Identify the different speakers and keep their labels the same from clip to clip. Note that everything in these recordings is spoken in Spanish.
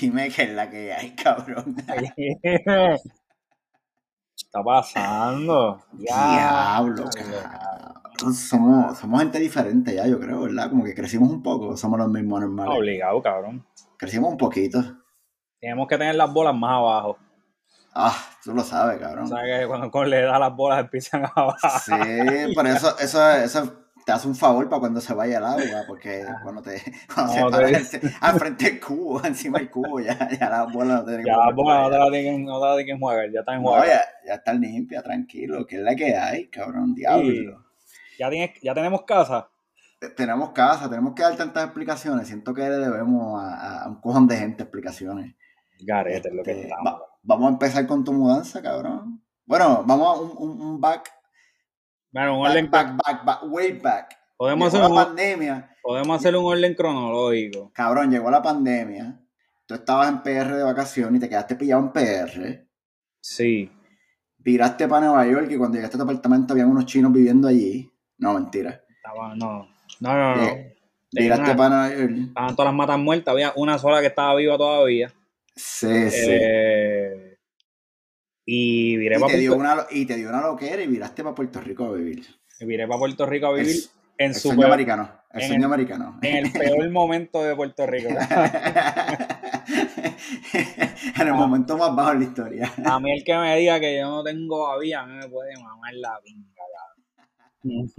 Speaker 1: Dime que es la que hay, cabrón.
Speaker 2: está pasando?
Speaker 1: Diablo, cabrón. Somos, somos gente diferente ya, yo creo, ¿verdad? Como que crecimos un poco, somos los mismos normales.
Speaker 2: Obligado, cabrón.
Speaker 1: Crecimos un poquito.
Speaker 2: Tenemos que tener las bolas más abajo.
Speaker 1: Ah, tú lo sabes, cabrón.
Speaker 2: O sea que cuando, cuando le da las bolas empiezan abajo.
Speaker 1: Sí, por eso, eso, eso te hace un favor para cuando se vaya el agua, porque cuando te, cuando
Speaker 2: Ah. No,
Speaker 1: se para
Speaker 2: te-
Speaker 1: el- al frente del cubo, encima del cubo, ya, ya la bola no tiene que
Speaker 2: Ya las
Speaker 1: volver
Speaker 2: bolas no
Speaker 1: para
Speaker 2: te
Speaker 1: allá.
Speaker 2: las tienen, no te las tienen que jugar, ya están en
Speaker 1: No, eh.
Speaker 2: juego.
Speaker 1: ya, ya está limpia, tranquilo, que es la que hay, cabrón, diablo.
Speaker 2: Ya, tienes, ya tenemos casa.
Speaker 1: Te- Tenemos casa, tenemos que dar tantas explicaciones, siento que le debemos a, a un cojón de gente explicaciones.
Speaker 2: Garete es lo que
Speaker 1: Este,
Speaker 2: estamos.
Speaker 1: va- vamos a empezar con tu mudanza, cabrón. Bueno, vamos a un, un- un back,
Speaker 2: Bueno, un
Speaker 1: back,
Speaker 2: orden,
Speaker 1: back, back, back, way back.
Speaker 2: podemos,
Speaker 1: Llegó
Speaker 2: hacer
Speaker 1: la
Speaker 2: un,
Speaker 1: pandemia.
Speaker 2: podemos hacer un orden cronológico.
Speaker 1: cabrón, llegó la pandemia, tú estabas en PR de vacaciones y te quedaste pillado en PR,
Speaker 2: Sí.
Speaker 1: viraste para Nueva York y cuando llegaste a tu apartamento habían unos chinos viviendo allí. No, mentira.
Speaker 2: Estaba, no. No, no, no.
Speaker 1: Eh, Viraste
Speaker 2: una-
Speaker 1: para Nueva York.
Speaker 2: Estaban todas las matas muertas, había una sola que estaba viva todavía.
Speaker 1: Sí, sí.
Speaker 2: Eh, y viré
Speaker 1: Y
Speaker 2: para
Speaker 1: te, dio
Speaker 2: Puerto,
Speaker 1: una, y te dio una loquera y viraste para Puerto Rico a vivir.
Speaker 2: viré pa' Puerto Rico a
Speaker 1: El,
Speaker 2: vivir en,
Speaker 1: el
Speaker 2: su
Speaker 1: sueño
Speaker 2: peor-
Speaker 1: americano. El
Speaker 2: en
Speaker 1: sueño
Speaker 2: el-
Speaker 1: americano.
Speaker 2: en el peor momento de Puerto Rico.
Speaker 1: en el momento más bajo de la historia.
Speaker 2: A mí el que me diga que yo no tengo babía, a mí me puede mamar la pinga. cabrón.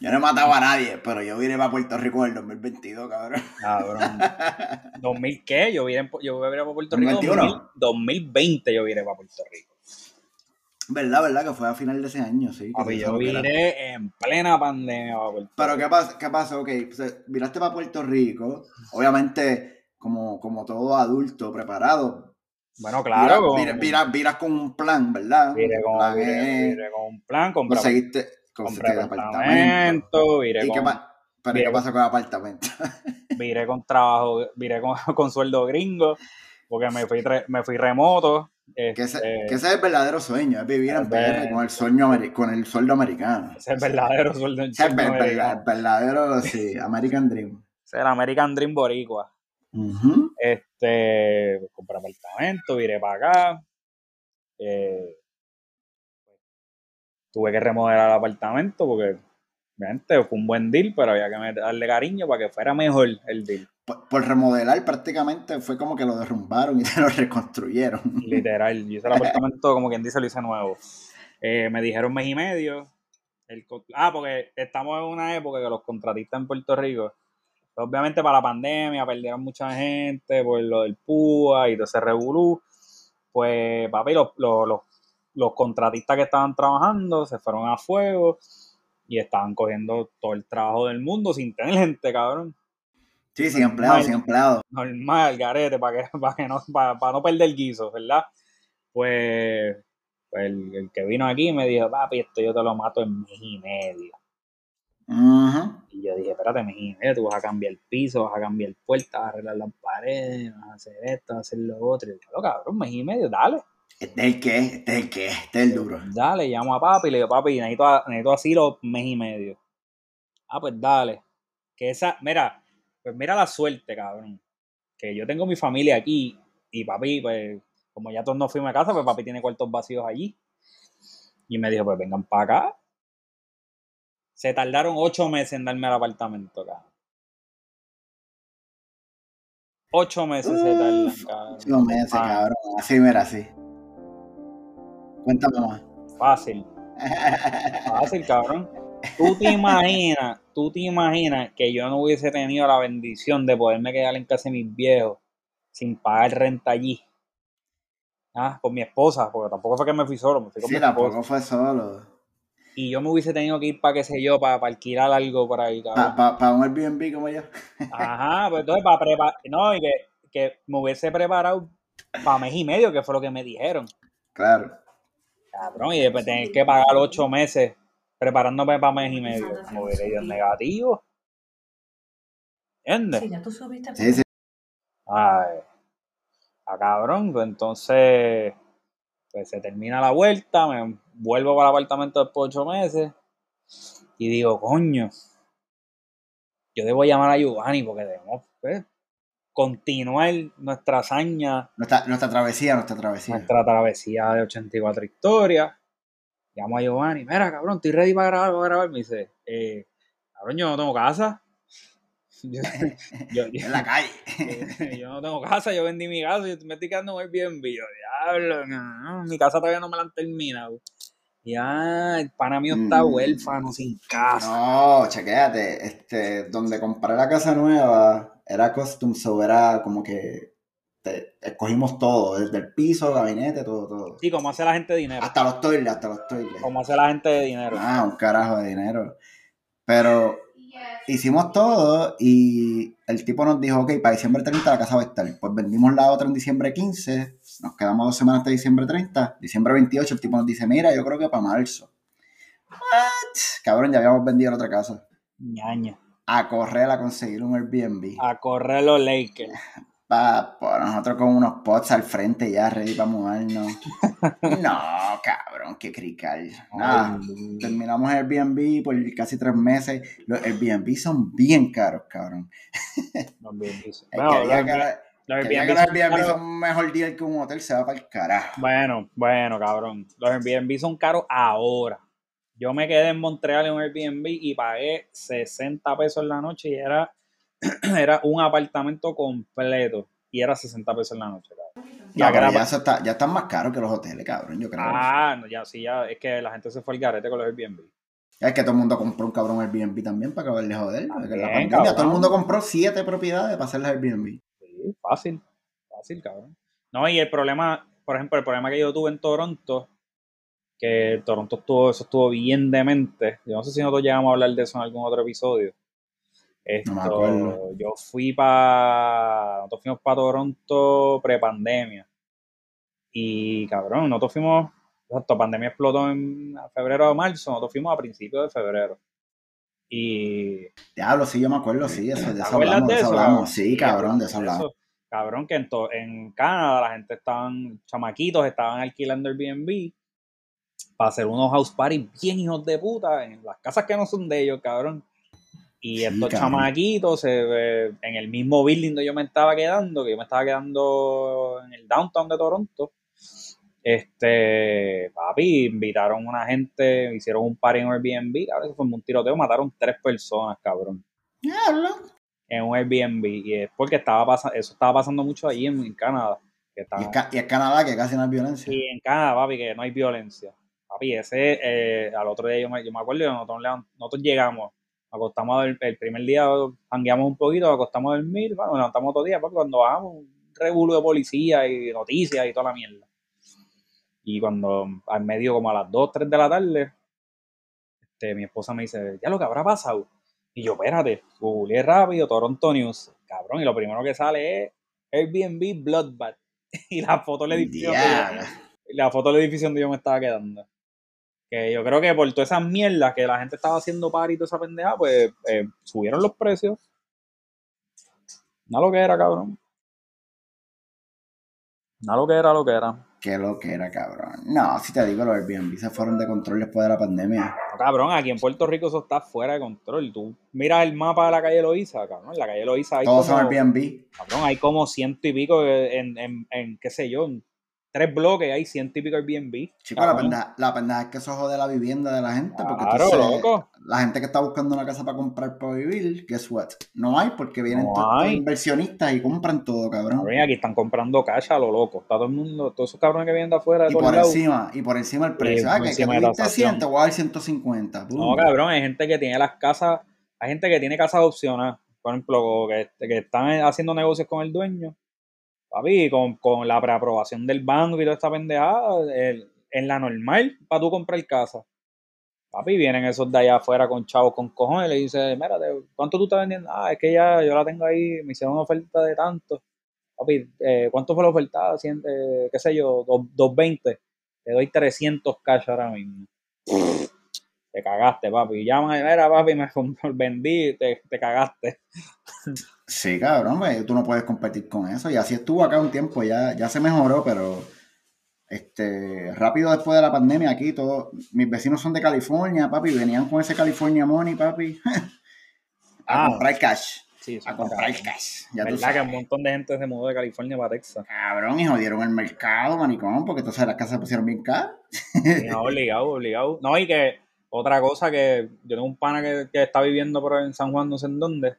Speaker 1: Yo no mataba a nadie, pero yo viré para Puerto Rico en el 2022, cabrón.
Speaker 2: Cabrón. ¿2000 qué? Yo viré, en Pu- yo viré para Puerto Rico.
Speaker 1: 2021.
Speaker 2: 2000 2020 yo viré para Puerto Rico.
Speaker 1: Verdad, verdad, que fue a final de ese año, sí. que
Speaker 2: Papi,
Speaker 1: se
Speaker 2: yo
Speaker 1: hizo loquera.
Speaker 2: viré en plena pandemia para Puerto
Speaker 1: Pero ¿qué pasa? ¿Qué pasa? Ok, pues, miraste para Puerto Rico, obviamente como, como todo adulto preparado.
Speaker 2: Bueno, claro.
Speaker 1: vira-
Speaker 2: como-
Speaker 1: vira- vira- viras con un plan, ¿verdad?
Speaker 2: Viré
Speaker 1: Un
Speaker 2: con,
Speaker 1: plan E.
Speaker 2: viré-
Speaker 1: es-
Speaker 2: viré con un plan, compré,
Speaker 1: conseguiste, conseguiste
Speaker 2: compré
Speaker 1: el apartamento.
Speaker 2: apartamento, viré
Speaker 1: ¿Y qué,
Speaker 2: con,
Speaker 1: pa- pero
Speaker 2: viré
Speaker 1: ¿qué pasa con el apartamento?
Speaker 2: viré con trabajo, viré con, con sueldo gringo, porque me fui, tre- me fui remoto.
Speaker 1: Que ese,
Speaker 2: este,
Speaker 1: que ese es el verdadero sueño, es vivir en
Speaker 2: eh,
Speaker 1: PR con el, sueño ameri- con el sueldo americano.
Speaker 2: ese es el verdadero sueldo.
Speaker 1: Ese es el,
Speaker 2: americano.
Speaker 1: verdadero- el verdadero, sí, American Dream.
Speaker 2: Ese es el American Dream Boricua.
Speaker 1: Ujú.
Speaker 2: Este, pues, compré apartamento, viré para acá. eh, tuve que remodelar el apartamento porque, obviamente, fue un buen deal, pero había que met- darle cariño para que fuera mejor el deal.
Speaker 1: Por, por remodelar prácticamente fue como que lo derrumbaron y te lo reconstruyeron.
Speaker 2: Literal, yo hice el apartamento, como quien dice, lo hice nuevo. Eh, me dijeron mes y medio. El co- ah, porque estamos en una época que los contratistas en Puerto Rico, obviamente para la pandemia, perdieron mucha gente por lo del PUA y todo ese revolú. Pues, papi, los, los, los- los contratistas que estaban trabajando se fueron a fuego y estaban cogiendo todo el trabajo del mundo sin tener gente, cabrón.
Speaker 1: Sí, sin empleado,
Speaker 2: Mal.
Speaker 1: sin empleado.
Speaker 2: normal, garete, para que, para que no, para, no perder guiso, ¿verdad? Pues, pues el, el que vino aquí me dijo, papi, esto yo te lo mato en mes y medio.
Speaker 1: Ujú.
Speaker 2: Y yo dije, espérate, mes y medio, tú vas a cambiar el piso, vas a cambiar puertas, vas a arreglar las paredes, vas a hacer esto, vas a hacer lo otro. Y yo, "Claro, cabrón, mes y medio, dale,
Speaker 1: Este es el que es, este es el que es, este es el duro.
Speaker 2: dale, llamo a papi y le digo, papi, necesito, a- necesito asilo mes y medio. Ah, pues dale. Que esa, mira, pues mira la suerte, cabrón. Que yo tengo mi familia aquí y papi, pues, como ya todos nos fuimos a casa, pues papi tiene cuartos vacíos allí. Y me dijo, pues vengan para acá. Se tardaron ocho meses en darme el apartamento, cabrón. Ocho meses se tardan,
Speaker 1: Uf,
Speaker 2: cabrón.
Speaker 1: Los meses,
Speaker 2: Ah.
Speaker 1: cabrón. Así, mira, así. Cuéntame más.
Speaker 2: Fácil. Fácil, cabrón. Tú te imaginas, tú te imaginas que yo no hubiese tenido la bendición de poderme quedar en casa de mis viejos sin pagar renta allí. Ah, con mi esposa, porque tampoco fue que me fui solo, me fui con
Speaker 1: Sí,
Speaker 2: mi esposa.
Speaker 1: tampoco fue solo.
Speaker 2: Y yo me hubiese tenido que ir para qué sé yo, para, alquilar algo por ahí, cabrón.
Speaker 1: Para un Airbnb como yo.
Speaker 2: Ajá, pues entonces para preparar, no, y que, que me hubiese preparado para mes y medio, que fue lo que me dijeron.
Speaker 1: Claro.
Speaker 2: Cabrón, y después tener que pagar ocho meses preparándome para mes y medio. Me hubiera ido en negativo. ¿Entiendes?
Speaker 3: Sí, ya tú subiste.
Speaker 1: Sí, sí.
Speaker 2: Ay, a cabrón, pues entonces pues se termina la vuelta, me vuelvo para el apartamento después de ocho meses y digo, coño, yo debo llamar a Giovanni porque debemos pues, continuar nuestra hazaña.
Speaker 1: Nuestra, nuestra travesía, nuestra travesía.
Speaker 2: Nuestra travesía de 84 historias. Llamo a Giovanni, mira, cabrón, estoy ready para grabar, para grabar. Me dice, eh, cabrón, yo no tengo casa.
Speaker 1: Yo, yo, yo, en la calle.
Speaker 2: yo no tengo casa, yo vendí mi casa, yo me estoy quedando muy bien. Yo, diablo, no, mi casa todavía no me la han terminado. Ya, el pana mío está mm. huérfano, sin casa.
Speaker 1: No, chequéate, este, donde compré la casa nueva, era custom, so era como que te, escogimos todo, desde el piso, gabinete, todo, todo.
Speaker 2: Sí, como hace la gente de dinero.
Speaker 1: Hasta los toiles, hasta los toiles.
Speaker 2: Como hace la gente de dinero.
Speaker 1: Ah, un carajo de dinero. Pero hicimos todo y el tipo nos dijo, ok, para diciembre 30 la casa va a estar. Pues vendimos la otra en diciembre 15, nos quedamos dos semanas hasta diciembre 30. Diciembre 28 el tipo nos dice, mira, yo creo que para marzo. What? Cabrón, ya habíamos vendido la otra casa.
Speaker 2: Ñaña.
Speaker 1: A correr a conseguir un Airbnb.
Speaker 2: A correr los Lakers.
Speaker 1: Papo, nosotros con unos pots al frente ya, ready para mudarnos. no, cabrón, qué crical. Ah, Nada, terminamos Airbnb por casi tres meses. Los Airbnb son bien caros, cabrón.
Speaker 2: los Airbnb, son...
Speaker 1: el que diga que los Airbnb, los Airbnb son, son mejor deal que un hotel se va para el carajo.
Speaker 2: Bueno, bueno, cabrón. Los Airbnb son caros ahora. Yo me quedé en Montreal en un Airbnb y pagué 60 pesos la noche y era era un apartamento completo y era 60 pesos en la noche.
Speaker 1: Cabrón. Ya, no, ya, eso está, ya están más caros que los hoteles, cabrón, yo creo.
Speaker 2: Ah, no, ya, sí, ya, es que la gente se fue al garete con los Airbnb.
Speaker 1: Ya es que todo el mundo compró un cabrón Airbnb también para acabarle joder. También, la pandemia, todo el mundo compró siete propiedades para hacer las Airbnb.
Speaker 2: Sí, fácil, fácil, cabrón. No, y el problema, por ejemplo, el problema que yo tuve en Toronto, que Toronto estuvo, eso estuvo bien demente. Yo no sé si nosotros llegamos a hablar de eso en algún otro episodio. Esto, no yo fui para. Nosotros fuimos para Toronto prepandemia. Y cabrón, nosotros fuimos. Exacto, pandemia explotó en febrero o marzo. Nosotros fuimos a principios de febrero. Y.
Speaker 1: Diablo, sí, yo me acuerdo, sí, eso, de eso hablamos. De eso, hablamos. Sí, cabrón, de eso hablamos.
Speaker 2: Cabrón, que en, to, en Canadá la gente estaban, chamaquitos, estaban alquilando Airbnb para hacer unos house parties bien hijos de puta en las casas que no son de ellos, cabrón. Y estos sí, chamaquitos eh, en el mismo building donde yo me estaba quedando, que yo me estaba quedando en el downtown de Toronto. Este, papi, invitaron a una gente, hicieron un party en un Airbnb, cabrón, eso fue un tiroteo, mataron tres personas, cabrón. En un Airbnb, y es porque estaba pasando, eso estaba pasando mucho allí en, en Canadá. Que
Speaker 1: estaba, y, en ca y, en Canadá que casi no hay violencia.
Speaker 2: Y en Canadá, papi, que no hay violencia. Papi, ese, eh, al otro día yo me, yo me acuerdo, nosotros, nosotros llegamos, acostamos el, el, primer día, hangueamos un poquito, acostamos a dormir, bueno, nos levantamos otro día, porque cuando bajamos, un revuelo de policía y noticias y toda la mierda. Y cuando al medio, como a las 2, 3 de la tarde, este, mi esposa me dice, ya lo que habrá pasado. Y yo, espérate, googleé rápido, Toronto News, cabrón, y lo primero que sale es Airbnb Bloodbath. y la foto del edificio. Yeah. Yo, la foto del edificio donde yo me estaba quedando que yo creo que por todas esas mierdas que la gente estaba haciendo par y toda esa pendeja, pues eh, subieron los precios. No lo que era, cabrón. No lo que era, lo que era.
Speaker 1: Que lo que era, cabrón. No, si te digo, los Airbnb se fueron de control después de la pandemia.
Speaker 2: No, cabrón, aquí en Puerto Rico eso está fuera de control. Tú miras el mapa de la calle Loiza, cabrón. En la calle Loiza hay.
Speaker 1: Todos como, son Airbnb.
Speaker 2: Cabrón, hay como ciento y pico en, en, en, en qué sé yo, en tres bloques hay ciento y pico Airbnb.
Speaker 1: Chico, cabrón. la pendeja, la pendeja es que eso jode la vivienda de la gente. Porque claro, entonces, loco. La gente que está buscando una casa para comprar para vivir, guess what? No hay porque vienen no todos inversionistas y compran todo, cabrón.
Speaker 2: Cabrón, aquí están comprando cash a lo loco. Está todo el mundo, todos esos cabrones que vienen de afuera. De
Speaker 1: y por encima, lados. y por encima el precio. ah, que, que tuviste 100, te voy a dar 150.
Speaker 2: Boom. No, cabrón, hay gente que tiene las casas, hay gente que tiene casas opcionales. Por ejemplo, que, que están haciendo negocios con el dueño papi, con, con la preaprobación del banco y toda esta pendejada, el, en la normal, para tú comprar casa. Papi, vienen esos de allá afuera con chavos con cojones y le dicen, mira, ¿cuánto tú estás vendiendo? Ah, es que ya yo la tengo ahí, me hicieron una oferta de tanto. Papi, eh, ¿cuánto fue la oferta? Cien, eh, ¿Qué sé yo? 220. Te doy 300 cash ahora mismo. te cagaste, papi. Llaman, mira, papi, me vendí, te, te cagaste.
Speaker 1: Sí, cabrón, wey, tú no puedes competir con eso. Y así estuvo acá un tiempo, ya, ya se mejoró, pero este, rápido después de la pandemia aquí, todos mis vecinos son de California, papi, venían con ese California Money, papi, a ah, comprar cash.
Speaker 2: Sí, eso
Speaker 1: a
Speaker 2: es
Speaker 1: comprar
Speaker 2: cabrón.
Speaker 1: cash. Ya tú
Speaker 2: ¿Verdad que
Speaker 1: sabes.
Speaker 2: un montón de gente se mudó de California para Texas?
Speaker 1: Cabrón, y jodieron el mercado, manicón, porque entonces las casas se pusieron bien caras.
Speaker 2: Sí, no, obligado, obligado. No, y que otra cosa que yo tengo un pana que, que está viviendo por en San Juan, no sé en dónde.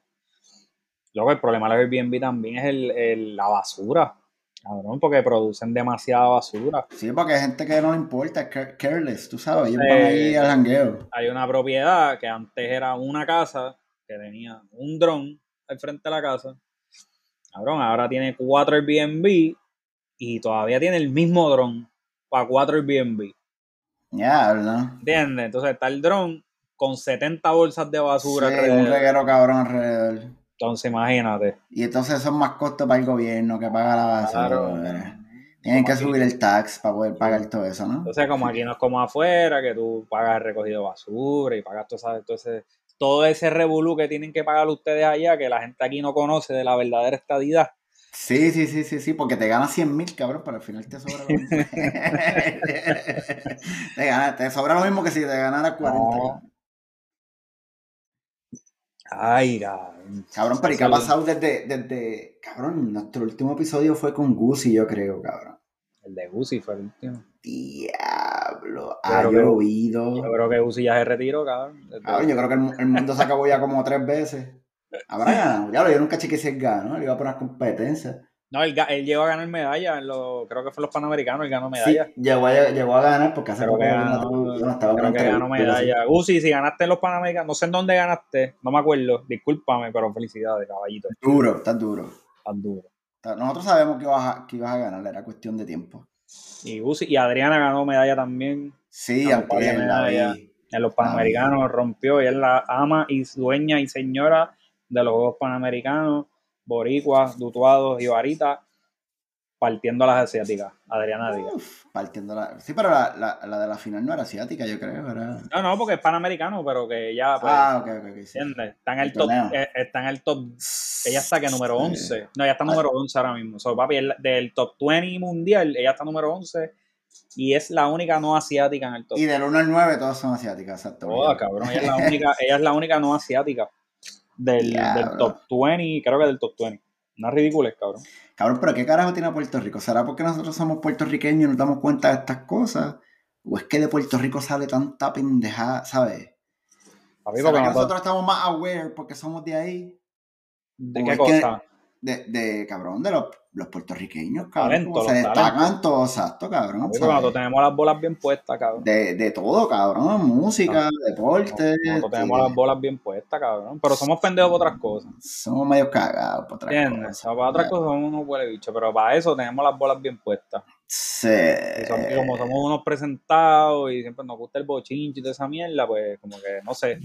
Speaker 2: Luego el problema del Airbnb también es el, el- la basura. Cabrón, porque producen demasiada basura.
Speaker 1: Sí, porque hay gente que no le importa, es care- careless, tú sabes, ellos
Speaker 2: Sí.
Speaker 1: van ahí al jangueo.
Speaker 2: Hay una propiedad que antes era una casa que tenía un dron al frente de la casa. Cabrón, ahora tiene cuatro Airbnb y todavía tiene el mismo dron para cuatro Airbnb.
Speaker 1: Ya, ¿verdad?
Speaker 2: ¿Entiendes? Entonces está el dron con 70 bolsas de basura.
Speaker 1: Sí,
Speaker 2: alrededor.
Speaker 1: un reguero cabrón alrededor.
Speaker 2: Entonces imagínate.
Speaker 1: Y entonces son más costos para el gobierno que paga la basura. ¿verdad? Tienen que subir el tax para poder pagar todo eso, ¿no?
Speaker 2: Entonces como aquí no es como afuera, que tú pagas el recogido de basura y pagas todo, esa- todo ese, todo ese revolú que tienen que pagar ustedes allá, que la gente aquí no conoce de la verdadera estadidad.
Speaker 1: Sí, sí, sí, sí, sí, porque te ganas 100 mil, cabrón, pero al final te sobra lo mismo. te, gana- te sobra lo mismo que si te ganaras 40.
Speaker 2: No. Ay, cabrón.
Speaker 1: Cabrón, pero ¿y qué ha
Speaker 2: Salud.
Speaker 1: pasado desde, desde... Cabrón, nuestro último episodio fue con Guzzi, yo creo, cabrón.
Speaker 2: El de Uzi fue el último.
Speaker 1: Diablo, ha
Speaker 2: Claro que-
Speaker 1: llovido.
Speaker 2: Yo creo que Uzi ya se retiró, cabrón. Desde-
Speaker 1: Cabrón, yo creo que el, mu- el mundo se acabó ya como tres veces. Habrá ganado. Ya lo, yo nunca chequeé si él ganó. Le iba a poner competencias.
Speaker 2: No, él, ga- él llegó a ganar medalla, en los- creo que fue en los Panamericanos, él ganó
Speaker 1: Sí,
Speaker 2: medalla.
Speaker 1: llegó a, llegó a ganar porque hace
Speaker 2: Creo
Speaker 1: poco
Speaker 2: que
Speaker 1: ganó una
Speaker 2: ganó-
Speaker 1: televisión, estaba
Speaker 2: Creo que
Speaker 1: en
Speaker 2: ganó
Speaker 1: entrevista, así.
Speaker 2: medalla. Uzi, si ganaste en los Panamericanos, no sé en dónde ganaste, no me acuerdo, discúlpame, pero felicidades, caballito,
Speaker 1: Duro, está duro.
Speaker 2: tan duro.
Speaker 1: Está- Nosotros sabemos que ibas, a, que ibas a ganar, era cuestión de tiempo.
Speaker 2: Y Uzi, y Adriana ganó medalla también
Speaker 1: Sí,
Speaker 2: Ah,
Speaker 1: aunque
Speaker 2: vale,
Speaker 1: la
Speaker 2: medalla.
Speaker 1: vi.
Speaker 2: en los Panamericanos, rompió, ella es la ama y dueña y señora de los Juegos Panamericanos, Boricuas, Dutuados y Varitas, partiendo a las asiáticas, Adriana Díaz.
Speaker 1: Uf, partiendo la. Sí, pero la, la, la de la final no era asiática, yo creo. Era...
Speaker 2: No, no, porque es panamericano, pero que ya, pues,
Speaker 1: Ah, ok, ok, ok. sí.
Speaker 2: ¿entiendes? Está en el
Speaker 1: El
Speaker 2: top,
Speaker 1: torneo.
Speaker 2: eh, está en el top Ella está que número
Speaker 1: Sí.
Speaker 2: 11. No, ella está
Speaker 1: Ah.
Speaker 2: número 11 ahora mismo. So, papi, el- del top 20 mundial, ella está número 11 y es la única no asiática en el top.
Speaker 1: Y del 1 al 9 todas son asiáticas, exacto.
Speaker 2: Toda, cabrón. Ella es, la única, ella es la única no asiática del,
Speaker 1: Ya,
Speaker 2: del
Speaker 1: bro.
Speaker 2: top 20, creo que del top 20. Una ridícula, cabrón.
Speaker 1: Cabrón, pero ¿qué carajo tiene Puerto Rico? ¿Será porque nosotros somos puertorriqueños y nos damos cuenta de estas cosas? ¿O es que de Puerto Rico sale tanta pendejada, ¿sabes?
Speaker 2: Papi,
Speaker 1: ¿Será que
Speaker 2: porque nosotros-
Speaker 1: nosotros estamos más aware porque somos de ahí?
Speaker 2: ¿De
Speaker 1: o
Speaker 2: qué
Speaker 1: es que-
Speaker 2: cosa?
Speaker 1: De, de, cabrón, de los, los puertorriqueños, cabrón.
Speaker 2: Talento,
Speaker 1: como se
Speaker 2: los talentos.
Speaker 1: destacan todos, exacto, cabrón.
Speaker 2: Papi, porque nosotros
Speaker 1: ¿sabes?
Speaker 2: tenemos las bolas bien puestas, cabrón.
Speaker 1: De, de todo, cabrón. Música, deporte.
Speaker 2: Nosotros tenemos
Speaker 1: sí.
Speaker 2: las bolas bien puestas, cabrón. Pero somos pendejos por otras cosas.
Speaker 1: Somos medio cagados por otras
Speaker 2: ¿Entiendes? O
Speaker 1: cosas.
Speaker 2: sea, para otras cosas somos unos huele bicho, pero para eso tenemos las bolas bien puestas.
Speaker 1: Sí.
Speaker 2: Y son-
Speaker 1: Eh.
Speaker 2: y como somos unos presentados y siempre nos gusta el bochinche y toda esa mierda, pues como que no sé.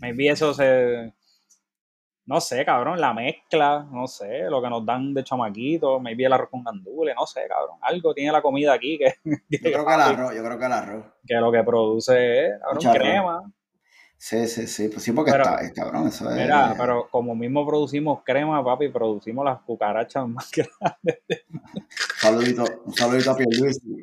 Speaker 2: Maybe eso se. No sé, cabrón, la mezcla, no sé, lo que nos dan de chamaquito, maybe el arroz con gandules, no sé, cabrón. Algo tiene la comida aquí que,
Speaker 1: Yo creo que el arroz, yo creo que el arroz.
Speaker 2: que lo que produce es, cabrón,
Speaker 1: Mucho arroz.
Speaker 2: crema.
Speaker 1: Sí, sí, sí, pues sí, porque
Speaker 2: Pero-
Speaker 1: está, es cabrón, eso es.
Speaker 2: Mira, pero como mismo producimos crema, papi, producimos las cucarachas más que
Speaker 1: Un saludito, un saludito a Pierluisi.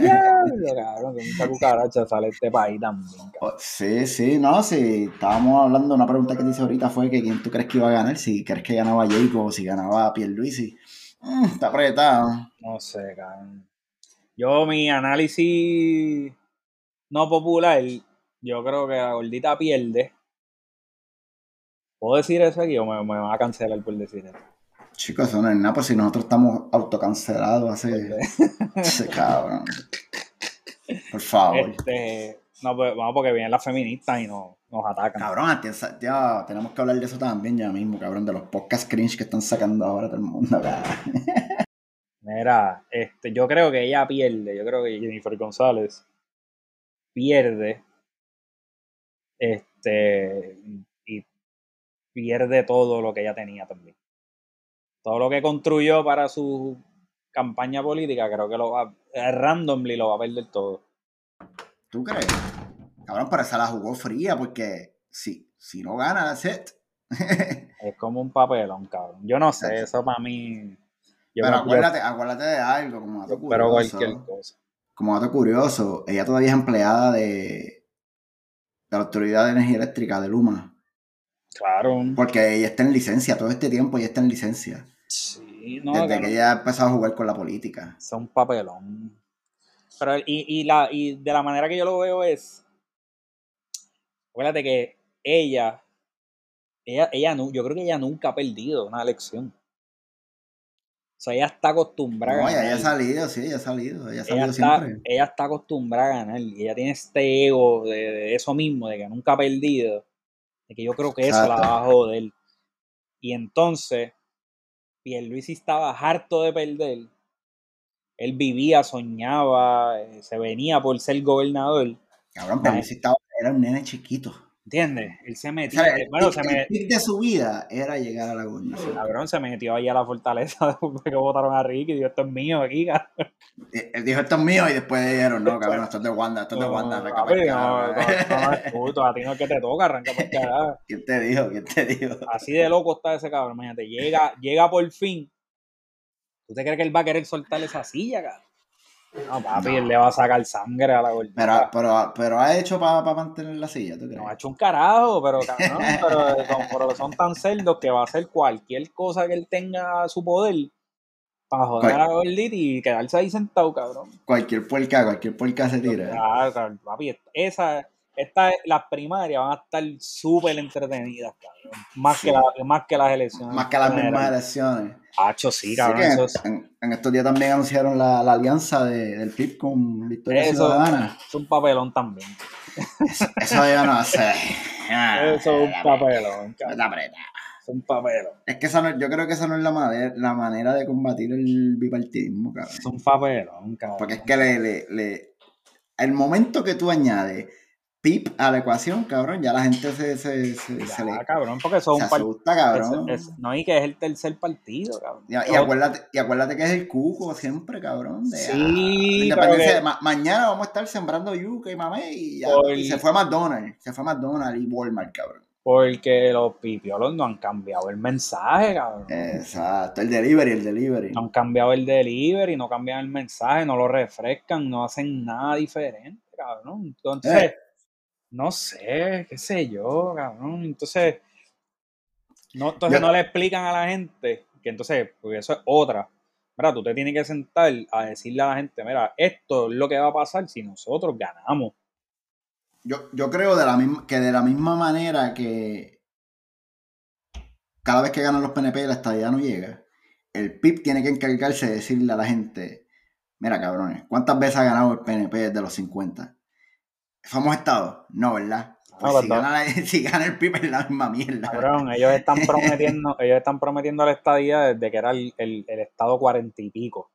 Speaker 2: Diablo, cabrón, que mucha cucaracha sale de este país también, cabrón.
Speaker 1: Oh, Sí, sí, no, sí, estábamos hablando, una pregunta que te hice ahorita fue que quién tú crees que iba a ganar, si crees que ganaba Jacob o si ganaba Pierluisi. Mm, está apretado.
Speaker 2: No sé, cabrón. Yo, mi análisis no popular, yo creo que la gordita pierde. ¿Puedo decir eso aquí o me, me van a cancelar por decir eso?
Speaker 1: Chicos, eso no es nada, pues si nosotros estamos autocancelados hace... Ese cabrón. Por favor.
Speaker 2: Este, no, pues, vamos porque vienen las feministas y nos, nos atacan.
Speaker 1: Cabrón, a ti esa- ya, tenemos que hablar de eso también ya mismo, cabrón, de los podcast cringe que están sacando ahora todo el mundo, cabrón.
Speaker 2: Mira, este, yo creo que ella pierde. Yo creo que Jennifer González pierde. Este. Y pierde todo lo que ella tenía también. Todo lo que construyó para su campaña política, creo que lo va. eh, Randomly lo va a perder todo.
Speaker 1: ¿Tú crees? Cabrón, pero esa la jugó fría porque si, si no gana la set.
Speaker 2: Es como un papelón, cabrón. Yo no sé,
Speaker 1: Exacto.
Speaker 2: eso para mí. yo
Speaker 1: pero
Speaker 2: me-
Speaker 1: acuérdate, acuérdate de algo, como dato
Speaker 2: yo- pero
Speaker 1: curioso.
Speaker 2: cualquier cosa.
Speaker 1: como dato curioso, ella todavía es empleada de, de la Autoridad de Energía Eléctrica de Luma.
Speaker 2: Claro.
Speaker 1: Porque ella está en licencia, todo este tiempo ella está en licencia.
Speaker 2: Sí, no,
Speaker 1: desde
Speaker 2: claro.
Speaker 1: que ella ha empezado a jugar con la política.
Speaker 2: Es un papelón. Pero, y, y, la, y de la manera que yo lo veo es. Acuérdate que ella. ella, ella nu- yo creo que ella nunca ha perdido una elección. O sea, ella está acostumbrada
Speaker 1: No,
Speaker 2: a
Speaker 1: ella, ella ha
Speaker 2: ganar.
Speaker 1: salido, sí, ella ha salido, ella ha
Speaker 2: Ella
Speaker 1: salido
Speaker 2: está,
Speaker 1: siempre.
Speaker 2: ella está acostumbrada a ganar. Y ella tiene este ego de, de eso mismo, de que nunca ha perdido. De que yo creo que eso la
Speaker 1: Exacto.
Speaker 2: va a joder. Y entonces, Pierluisi estaba harto de perder. Él vivía, soñaba, eh, se venía por ser gobernador.
Speaker 1: Cabrón,
Speaker 2: Mae.
Speaker 1: pero si estaba, era un nene chiquito.
Speaker 2: ¿Entiendes? Él se
Speaker 1: O
Speaker 2: metió.
Speaker 1: sea, el,
Speaker 2: bueno, se
Speaker 1: pic,
Speaker 2: me,
Speaker 1: el pic de su vida era llegar a la gobernación.
Speaker 2: cabrón, se metió ahí a la fortaleza después que votaron a Ricky. Dijo, esto es mío aquí, cabrón.
Speaker 1: Eh, Él dijo, esto es mío, y después le dijeron, no, cabrón, esto es de Wanda, esto es de Wanda, arranca
Speaker 2: papi,
Speaker 1: pa'l
Speaker 2: no,
Speaker 1: carajo,
Speaker 2: no, no, es justo, a ti no es que te toca, arranca por carajo.
Speaker 1: ¿Quién te dijo? ¿Quién te dijo?
Speaker 2: Así de loco está ese cabrón. Imagínate, llega, llega por fin. ¿Tú te crees que él va a querer soltar esa silla, cabrón? No, papi, él le va a sacar sangre a la
Speaker 1: Pero,
Speaker 2: gordita.
Speaker 1: pero, pero ha hecho para mantener la silla, ¿tú crees?
Speaker 2: Ah. No ha hecho un carajo, pero cabrón, pero, con- pero son tan cerdos que va a hacer cualquier cosa que él tenga a su poder para joder a la gordita y quedarse ahí sentado, cabrón.
Speaker 1: Cualquier puerca, cualquier puerca se tira.
Speaker 2: Ah, cabrón, papi, esa, esta, las primarias van a estar súper entretenidas, cabrón. Más, que la- más que las elecciones.
Speaker 1: Más que las mismas
Speaker 2: generales.
Speaker 1: elecciones.
Speaker 2: Hacho, Ah, sí, cabrón.
Speaker 1: Así que
Speaker 2: eso es-
Speaker 1: en, en estos días también anunciaron la, la alianza de- del PIB con Victoria
Speaker 2: Eso.
Speaker 1: Ciudadana.
Speaker 2: Es un papelón también.
Speaker 1: Eso yo no sé. Ah,
Speaker 2: Eso es un papelón, cabrón.
Speaker 1: Está apretado.
Speaker 2: Es un papelón.
Speaker 1: Es que esa no- yo creo que esa no es la, made- la manera de combatir el bipartidismo, cabrón.
Speaker 2: Es un papelón, cabrón.
Speaker 1: Porque es que le, le- le- el momento que tú añades PIB a la ecuación, cabrón, ya la gente se, se, se, se le
Speaker 2: Ya, cabrón, porque eso es
Speaker 1: se
Speaker 2: un par-
Speaker 1: asusta,
Speaker 2: es-
Speaker 1: cabrón.
Speaker 2: es- No, y que es el tercer partido, cabrón.
Speaker 1: Y, y acuérdate, y acuérdate que es el cuco siempre, cabrón. De, ah,
Speaker 2: Sí, pero
Speaker 1: independencia
Speaker 2: que-
Speaker 1: de- ma- mañana vamos a estar sembrando yuca y mamé y, ya,
Speaker 2: Por-
Speaker 1: y se fue a McDonald's, se fue a McDonald's y Walmart, cabrón.
Speaker 2: Porque los pipiolos no han cambiado el mensaje, cabrón.
Speaker 1: Exacto, el delivery, el delivery.
Speaker 2: No han cambiado el delivery, no cambian el mensaje, no lo refrescan, no hacen nada diferente, cabrón. Entonces,
Speaker 1: Eh.
Speaker 2: no sé, qué sé yo, cabrón. Entonces, no, entonces
Speaker 1: Yo-
Speaker 2: no le explican a la gente que entonces, porque eso es otra. Mira, tú te tienes que sentar a decirle a la gente, mira, esto es lo que va a pasar si nosotros ganamos.
Speaker 1: Yo, yo creo de la misma, que de la misma manera que cada vez que ganan los PNP la estadía no llega, el PIB tiene que encargarse de decirle a la gente, mira cabrones, ¿cuántas veces ha ganado el PNP desde los 50? ¿Somos estados? No, ¿verdad? Pues
Speaker 2: No,
Speaker 1: si,
Speaker 2: ¿verdad?
Speaker 1: gana la- si gana el PIB es la misma mierda.
Speaker 2: Cabrón, ellos están prometiendo, ellos están prometiendo la estadía desde que era el, el- el estado cuarenta y pico.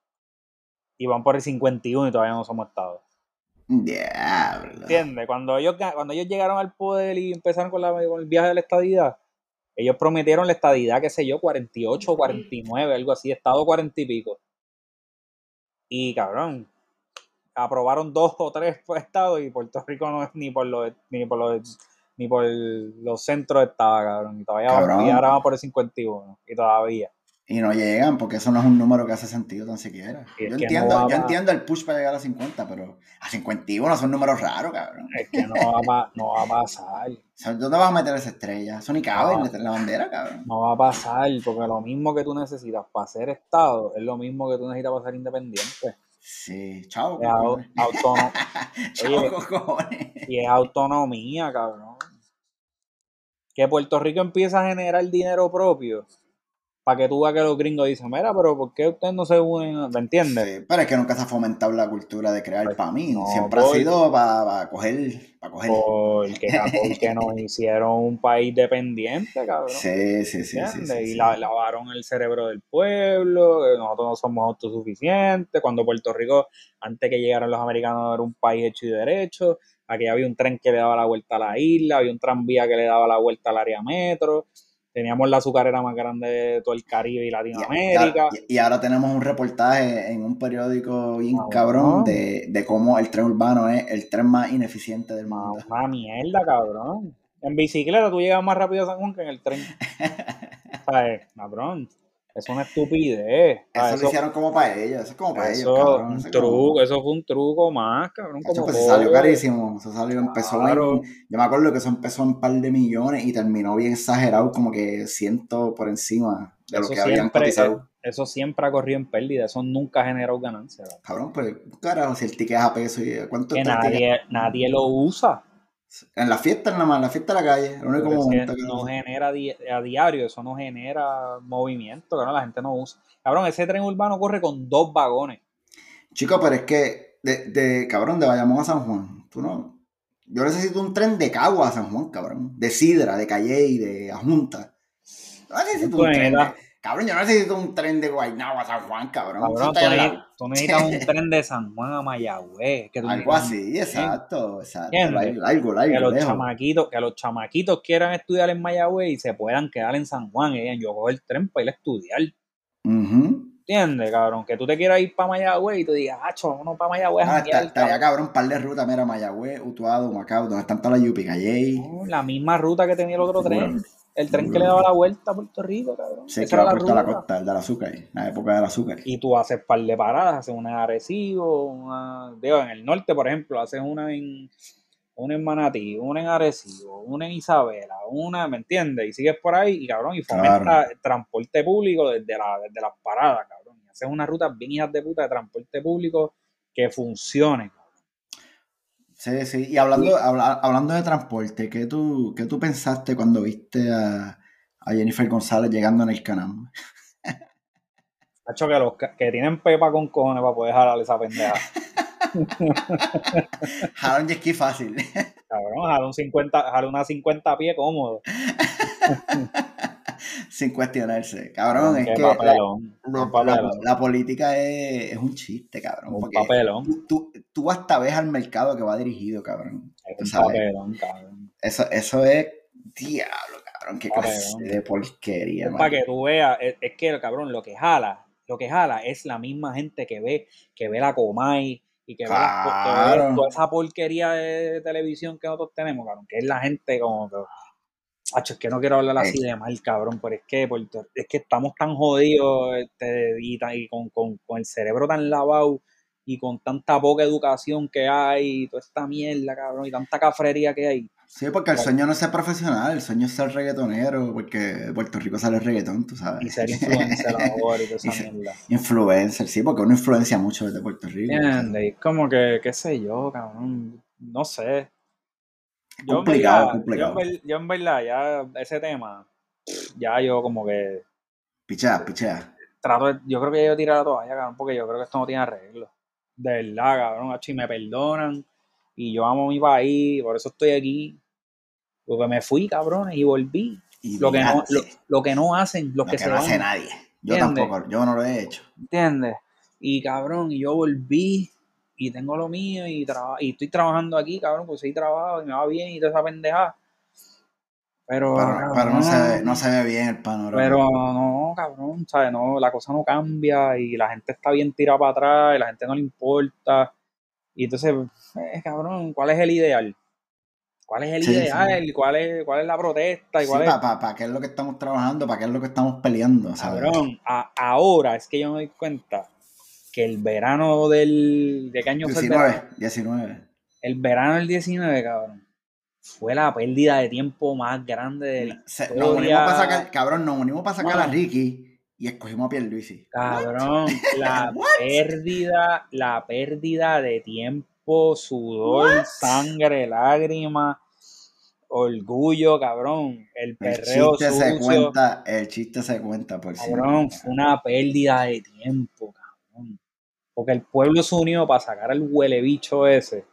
Speaker 2: Y van por el 51 y todavía no somos estado.
Speaker 1: Diablo.
Speaker 2: ¿Entiendes? Cuando ellos, ga- cuando ellos llegaron al poder y empezaron con, la, con el viaje de la estadidad, ellos prometieron la estadidad, qué sé yo, 48 o 49, algo así, estado 40 y pico. Y cabrón, aprobaron dos o tres estados y Puerto Rico no es ni por los ni por los ni por los centros estaba, cabrón. Y todavía
Speaker 1: Cabrón.
Speaker 2: vamos- y ahora vamos por el 51. Y todavía.
Speaker 1: Y no llegan porque eso no es un número que hace sentido tan siquiera.
Speaker 2: Y
Speaker 1: Yo
Speaker 2: es que no
Speaker 1: entiendo,
Speaker 2: va
Speaker 1: yo
Speaker 2: a-
Speaker 1: entiendo el push para llegar a 50, pero a 51 son números raros, cabrón.
Speaker 2: Es que no va, a pa- no va a pasar.
Speaker 1: O sea, ¿Dónde vas a meter esa estrella? Eso ni cabe
Speaker 2: Ah.
Speaker 1: en la- en la bandera, cabrón.
Speaker 2: No va a pasar, porque lo mismo que tú necesitas para ser Estado es lo mismo que tú necesitas para ser independiente.
Speaker 1: Sí, chao,
Speaker 2: Es au-
Speaker 1: cojones.
Speaker 2: autono-
Speaker 1: Chao,
Speaker 2: oye.
Speaker 1: cojones.
Speaker 2: y es autonomía, cabrón. Que Puerto Rico empieza a generar dinero propio para que tú veas que los gringos dicen, mira, pero ¿por qué ustedes no se unen? a-?" ¿Me entiendes?
Speaker 1: Sí, pero es que nunca se ha fomentado la cultura de crear
Speaker 2: Pues,
Speaker 1: para mí.
Speaker 2: no,
Speaker 1: Siempre
Speaker 2: voy.
Speaker 1: ha sido para coger. Para coger.
Speaker 2: Porque, porque nos hicieron un país dependiente, cabrón.
Speaker 1: sí, sí, sí, sí,
Speaker 2: ¿entiendes?
Speaker 1: sí,
Speaker 2: y
Speaker 1: sí.
Speaker 2: la- lavaron el cerebro del pueblo, que nosotros no somos autosuficientes, cuando Puerto Rico, antes que llegaron los americanos, era un país hecho y derecho, aquí había un tren que le daba la vuelta a la isla, había un tranvía que le daba la vuelta al área metro, teníamos la azucarera más grande de todo el Caribe y
Speaker 1: Y-
Speaker 2: Latinoamérica.
Speaker 1: Y, y ahora tenemos un reportaje en un periódico bien
Speaker 2: Cabrón.
Speaker 1: cabrón de, de cómo el tren urbano es el tren más ineficiente del
Speaker 2: Ma-
Speaker 1: mundo.
Speaker 2: Una mierda, cabrón. En bicicleta tú llegas más rápido a San Juan que en el tren. ¿Sabes? Cabrón. Es una estupidez.
Speaker 1: Eso,
Speaker 2: Ah,
Speaker 1: lo hicieron como para ellos, Pues, eso es como para
Speaker 2: eso
Speaker 1: ellos, cabrón.
Speaker 2: un
Speaker 1: eso es como-
Speaker 2: truco, eso fue un truco más, cabrón.
Speaker 1: Cacho,
Speaker 2: como
Speaker 1: pues se salió
Speaker 2: bobo.
Speaker 1: carísimo, se salió, empezó
Speaker 2: Claro.
Speaker 1: en- yo me acuerdo que eso empezó en un par de millones y terminó bien exagerado, como que ciento por encima de lo
Speaker 2: Eso
Speaker 1: que habían
Speaker 2: siempre- eh,
Speaker 1: cotizado.
Speaker 2: Eso siempre ha corrido en pérdida, eso nunca ha generado ganancia. cabrón.
Speaker 1: Cabrón, pues, carajo, si el ticket es a peso y eh, cuánto
Speaker 2: Que
Speaker 1: está el ticket?
Speaker 2: nadie, nadie lo usa.
Speaker 1: En la fiesta nada más, en la fiesta de la calle, el único
Speaker 2: Pero es que
Speaker 1: momento que
Speaker 2: no genera di- a diario, eso no genera movimiento, cabrón, la gente no usa. Cabrón, ese tren urbano corre con dos vagones.
Speaker 1: Chico, pero es que de, de- cabrón, de Bayamón a San Juan, tú no. Yo necesito un tren de Cagua a San Juan, cabrón. De Sidra, de Calle y de Ajunta. Yo no necesito un
Speaker 2: Pues,
Speaker 1: tren de,
Speaker 2: era.
Speaker 1: cabrón, yo no necesito un tren de Guaynabo a San Juan, cabrón. Eso
Speaker 2: Cabrón,
Speaker 1: está
Speaker 2: tú,
Speaker 1: ahí al
Speaker 2: ne-
Speaker 1: lado.
Speaker 2: tú necesitas un tren de San Juan a Mayagüez. Que tú
Speaker 1: Algo
Speaker 2: necesitas-
Speaker 1: así, exacto, exacto.
Speaker 2: ¿Entiendes?
Speaker 1: Algo,
Speaker 2: Que
Speaker 1: algo,
Speaker 2: los,
Speaker 1: lejos.
Speaker 2: chamaquitos, que los chamaquitos quieran estudiar en Mayagüez y se puedan quedar en San Juan. Y digan, yo cojo el tren para ir a estudiar.
Speaker 1: Ujú.
Speaker 2: ¿Entiendes, cabrón? Que tú te quieras ir para Mayagüez y tú digas, hacho, vámonos para Mayagüez. a
Speaker 1: Ah, está,
Speaker 2: janguear,
Speaker 1: estaría
Speaker 2: cabrón".
Speaker 1: cabrón, par de rutas, mira, Mayagüez, Utuado, Macao, donde están todas las Yupi, Calle.
Speaker 2: No, La misma ruta que tenía el otro tren. El tren que le daba la vuelta a Puerto Rico, cabrón.
Speaker 1: Sí,
Speaker 2: Esa
Speaker 1: que
Speaker 2: era
Speaker 1: va
Speaker 2: la
Speaker 1: puesto a la
Speaker 2: ruta.
Speaker 1: costa, el del azúcar, la época del azúcar.
Speaker 2: y tú haces par de paradas, haces una en Arecibo, una, digo, en el norte, por ejemplo, haces una en, una en Manatí, una en Arecibo, una en Isabela, una, ¿me entiendes? Y sigues por ahí y cabrón, y fomenta
Speaker 1: Claro.
Speaker 2: el transporte público desde, la, desde las paradas, cabrón. Y haces una ruta bien hijas de puta de transporte público que funcione.
Speaker 1: Sí, sí. Y hablando, habla- hablando de transporte, ¿qué tú, qué tú pensaste cuando viste a, a Jennifer González llegando en el canal?
Speaker 2: Hacho que los ca- que tienen pepa con cojones para poder jalar esa pendeja.
Speaker 1: Jaron jet ski fácil.
Speaker 2: Cabrón, jala un 50, jala una 50 pie cómodo.
Speaker 1: Sin cuestionarse. Cabrón, es
Speaker 2: Qué
Speaker 1: que la,
Speaker 2: papelón.
Speaker 1: la-
Speaker 2: un papelón.
Speaker 1: la política es, es un chiste, cabrón.
Speaker 2: Un
Speaker 1: eh, porque
Speaker 2: papelón.
Speaker 1: tú, tú, tú hasta ves al mercado que va dirigido, cabrón.
Speaker 2: Es
Speaker 1: Tú
Speaker 2: un
Speaker 1: sabes.
Speaker 2: papelón, cabrón.
Speaker 1: Eso, eso es diablo, cabrón. Qué clase
Speaker 2: Papelón.
Speaker 1: de porquería,
Speaker 2: Para
Speaker 1: mano.
Speaker 2: que tú veas, es, es que, cabrón, lo que jala, lo que jala es la misma gente que ve, que ve la Comay y que, ve las por- que ve
Speaker 1: Claro.
Speaker 2: toda esa porquería de televisión que nosotros tenemos, cabrón, que es la gente como que, "Acho, es que no quiero hablar así de mal, cabrón, pero es que, Puerto- es que estamos tan jodidos este, y, tan- y con, con- con el cerebro tan lavado y con tanta poca educación que hay y toda esta mierda, cabrón, y tanta cafrería que hay.
Speaker 1: Sí, porque el
Speaker 2: Claro.
Speaker 1: sueño no es ser profesional, el sueño es ser reggaetonero, porque de Puerto Rico sale el reggaetón, tú sabes.
Speaker 2: Y ser influencer ahora y toda esa
Speaker 1: Y se-
Speaker 2: mierda.
Speaker 1: Influencer, sí, porque uno influencia mucho desde Puerto Rico.
Speaker 2: ¿Entiendes? Y es como que, qué sé yo, cabrón, no sé. Yo en
Speaker 1: Complicado,
Speaker 2: verdad-
Speaker 1: complicado.
Speaker 2: Yo en, ver- yo en verdad, ya ese tema, ya yo como que
Speaker 1: Pichea, pichea.
Speaker 2: trato de, yo creo que ya yo tiré la toalla, cabrón, porque yo creo que esto no tiene arreglo. De verdad, cabrón, acho, y me perdonan, y yo amo mi país, por eso estoy aquí. Porque me fui, cabrones, y volví.
Speaker 1: Y
Speaker 2: Lo que no,
Speaker 1: mirarte,
Speaker 2: lo, lo que no hacen,
Speaker 1: lo
Speaker 2: los que, se
Speaker 1: no
Speaker 2: van.
Speaker 1: hace nadie. Yo
Speaker 2: ¿Entiendes?
Speaker 1: tampoco, yo no lo he hecho.
Speaker 2: ¿Entiendes? Y cabrón, y yo volví y tengo lo mío y, traba- y estoy trabajando aquí, cabrón, pues sí trabajo y me va bien y toda esa pendejada.
Speaker 1: Pero,
Speaker 2: Pero, Oh, cabrón,
Speaker 1: pero no, se ve, no se ve bien el panorama.
Speaker 2: pero no, cabrón, ¿sabes? No, la cosa no cambia y la gente está bien tirada para atrás y la gente no le importa. Y entonces, eh, cabrón, ¿cuál es el ideal? ¿Cuál es el
Speaker 1: Sí, sí.
Speaker 2: ideal? ¿Cuál es, ¿Cuál es la protesta? ¿Y cuál es?
Speaker 1: ¿Para qué es lo que estamos trabajando? ¿Para qué es lo que estamos peleando? ¿sabes?
Speaker 2: Cabrón, a- ahora es que yo me doy cuenta que el verano del. ¿De qué año fue el verano?
Speaker 1: 19, 19.
Speaker 2: El verano del 19, cabrón. Fue la pérdida de tiempo más grande del.
Speaker 1: Se-
Speaker 2: Historia.
Speaker 1: nos unimos para sacar, cabrón, nos unimos para sacar a
Speaker 2: Mano.
Speaker 1: Ricky y escogimos a Pierluisi.
Speaker 2: Cabrón, la
Speaker 1: What?
Speaker 2: pérdida, la pérdida de tiempo, sudor, sangre, lágrimas, orgullo, cabrón. El
Speaker 1: El
Speaker 2: perreo
Speaker 1: chiste se
Speaker 2: sucio.
Speaker 1: cuenta, el chiste se cuenta por si.
Speaker 2: Cabrón, fue una pérdida de tiempo, cabrón. Porque el pueblo se unió para sacar al huele bicho ese.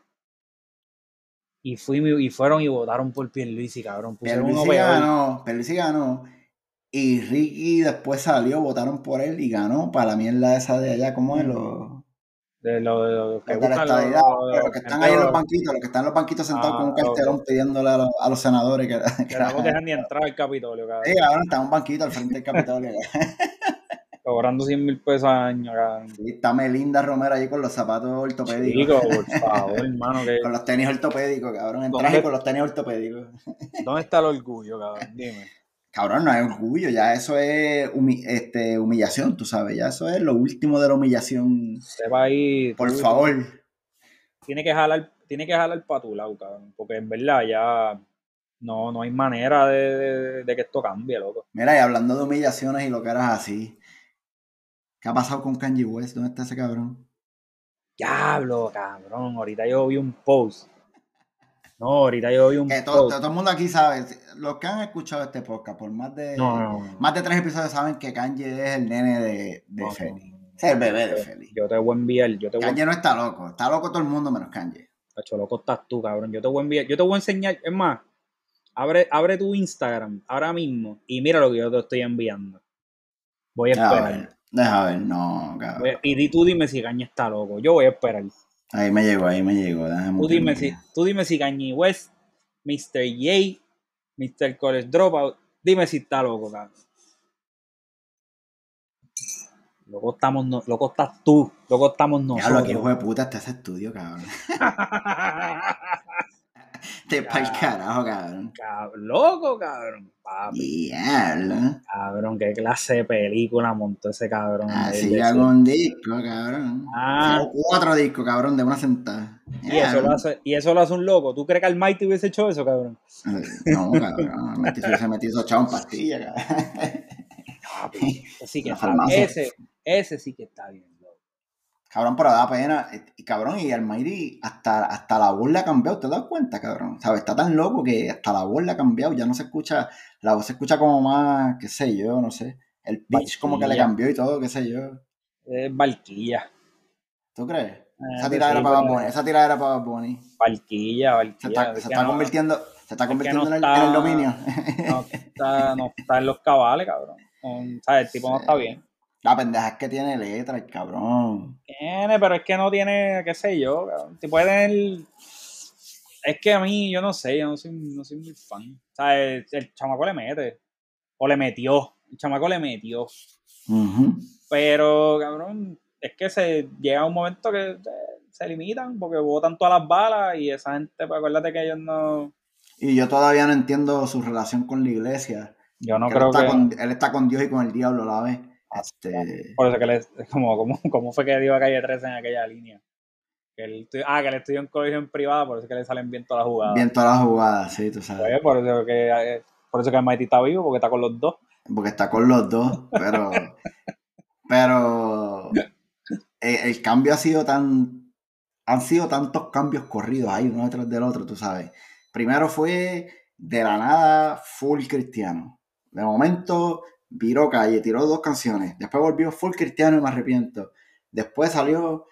Speaker 2: Y, fui- y fueron y votaron por Pierluisi, cabrón. Pusieron uno
Speaker 1: Pierluisi
Speaker 2: peor.
Speaker 1: ganó, Pierluisi ganó. Y Ricky después salió, votaron por él y ganó para la mierda esa de allá, como de
Speaker 2: Mm,
Speaker 1: los,
Speaker 2: De lo, de lo que
Speaker 1: los de la
Speaker 2: buscan los-
Speaker 1: estadidad,
Speaker 2: los-
Speaker 1: los que están ahí en los
Speaker 2: empleados.
Speaker 1: banquitos, los que están en los banquitos sentados
Speaker 2: Ah,
Speaker 1: con un cartelón pidiéndole a los, a los senadores que,
Speaker 2: Que no dejan ni entrar al Capitolio,
Speaker 1: Sí,
Speaker 2: cabrón.
Speaker 1: cabrón, está en un banquito al frente del Capitolio.
Speaker 2: Cobrando 100 mil pesos al año, cabrón.
Speaker 1: Sí, está Melinda Romero allí con los zapatos ortopédicos.
Speaker 2: Chico, por favor, hermano. que-
Speaker 1: Con los tenis ortopédicos, cabrón. En
Speaker 2: ¿Dónde?
Speaker 1: traje con los tenis ortopédicos.
Speaker 2: ¿Dónde está el orgullo, cabrón? Dime.
Speaker 1: Cabrón, no es orgullo, ya eso es humi- este, humillación, tú sabes, ya eso es lo último de la humillación.
Speaker 2: Se va ahí.
Speaker 1: Por
Speaker 2: tú-
Speaker 1: favor.
Speaker 2: Tiene que jalar, tiene que jalar para tu lado, cabrón. Porque en verdad ya no, no hay manera de, de- de que esto cambie, loco.
Speaker 1: Mira, y hablando de humillaciones y lo que eras así, ¿qué ha pasado con Kanye West? ¿Dónde está ese cabrón?
Speaker 2: Diablo, cabrón. Ahorita yo vi un post. No, ahorita yo vi un
Speaker 1: Que todo,
Speaker 2: post.
Speaker 1: todo el mundo aquí sabe, los que han escuchado este podcast por más de,
Speaker 2: No, no, no.
Speaker 1: más de tres episodios saben que Kanye es el nene de, de
Speaker 2: No,
Speaker 1: Feli.
Speaker 2: no, no.
Speaker 1: Es el bebé de Feli.
Speaker 2: Yo te voy a enviar, yo te voy a
Speaker 1: Kanye no está loco, está loco todo el mundo menos Kanye.
Speaker 2: Cacho, loco estás tú, cabrón. Yo te voy a enviar, yo te voy a enseñar, es más, abre, abre tu Instagram ahora mismo y mira lo que yo te estoy enviando. Voy a
Speaker 1: Deja
Speaker 2: esperar.
Speaker 1: ver, deja ver, no, cabrón.
Speaker 2: Voy a- y di- tú dime si Caña está loco. Yo voy a esperar.
Speaker 1: Ahí me llegó, ahí me llegó. déjame
Speaker 2: Tú dime si,
Speaker 1: mutearme aquí.
Speaker 2: tú dime si Kanye West, Mr. J, Mr. College Dropout, dime si está loco, cabrón. Loco estamos, no- loco estás tú, loco estamos
Speaker 1: Diablo, aquí
Speaker 2: nosotros.
Speaker 1: hijo de puta está ese estudio, cabrón. Te pa'l carajo, cabrón.
Speaker 2: Cab- loco, cabrón. Papi.
Speaker 1: Diablo.
Speaker 2: Cabrón, qué clase de película montó ese cabrón.
Speaker 1: Así
Speaker 2: Él
Speaker 1: Ah, ya
Speaker 2: decía-
Speaker 1: con un disco, cabrón.
Speaker 2: Ah.
Speaker 1: Son Cuatro discos, cabrón, de una sentada.
Speaker 2: y, eso lo
Speaker 1: Diablo.
Speaker 2: hace, y eso lo hace un loco. ¿Tú crees que Almighty hubiese hecho eso, cabrón?
Speaker 1: No, cabrón. Metió, se metió esos chavos en pastillas, cabrón.
Speaker 2: Ese sí que
Speaker 1: La
Speaker 2: está,
Speaker 1: farmacia.
Speaker 2: ese, ese sí que está bien, loco.
Speaker 1: Cabrón, pero da pena. Eh, Y cabrón, y Almighty hasta, hasta la voz le ha cambiado, ¿te das cuenta, cabrón? ¿Sabes? Está tan loco que hasta la voz le ha cambiado. Ya no se escucha, la voz se escucha como más, qué sé yo, no sé. El pitch como que le
Speaker 2: Distinta.
Speaker 1: cambió y todo, qué sé yo.
Speaker 2: Es barquilla.
Speaker 1: ¿Tú crees?
Speaker 2: Eh,
Speaker 1: Esa tiradera
Speaker 2: sí,
Speaker 1: para Bad
Speaker 2: pero-
Speaker 1: Bunny, esa tiradera para Bad Bunny.
Speaker 2: Barquilla,
Speaker 1: Se
Speaker 2: barquilla.
Speaker 1: está,
Speaker 2: Es
Speaker 1: se
Speaker 2: que
Speaker 1: está
Speaker 2: no-
Speaker 1: convirtiendo, se está
Speaker 2: que
Speaker 1: convirtiendo
Speaker 2: no
Speaker 1: en, el, en el
Speaker 2: está-
Speaker 1: dominio.
Speaker 2: No está, no está en los cabales, cabrón. No, ¿sabes? El tipo no
Speaker 1: Sí.
Speaker 2: está bien.
Speaker 1: La pendeja es que tiene letra, el cabrón.
Speaker 2: Tiene, pero es que no tiene, qué sé yo, cabrón. Te pueden. Es que a mí, yo no sé, yo no soy, no soy muy fan. O sea, el, el chamaco le mete. O le metió. El chamaco le metió.
Speaker 1: Ujú.
Speaker 2: Pero, cabrón, es que se llega un momento que eh, se limitan porque botan todas las balas y esa gente, pues acuérdate que ellos no.
Speaker 1: Y yo todavía no entiendo su relación con la iglesia.
Speaker 2: Yo no
Speaker 1: Que él,
Speaker 2: creo
Speaker 1: está
Speaker 2: que.
Speaker 1: con, él está con Dios y con el diablo a la vez. Este,
Speaker 2: Por eso que les, como, como, como fue que dio a calle 13 en aquella línea. Que él, estu- ah, que él estudió en colegio en privado, por eso que le salen bien todas las jugadas.
Speaker 1: bien todas las jugadas, sí, tú sabes.
Speaker 2: Pues, por eso que eh, por eso que Mighty está vivo, porque está con los dos.
Speaker 1: Porque está con los dos, pero. pero. El, el cambio ha sido tan. Han sido tantos cambios corridos ahí, uno detrás del otro, tú sabes. Primero fue de la nada full cristiano. De momento viró calle, tiró dos canciones. Después volvió full cristiano y me arrepiento. Después salió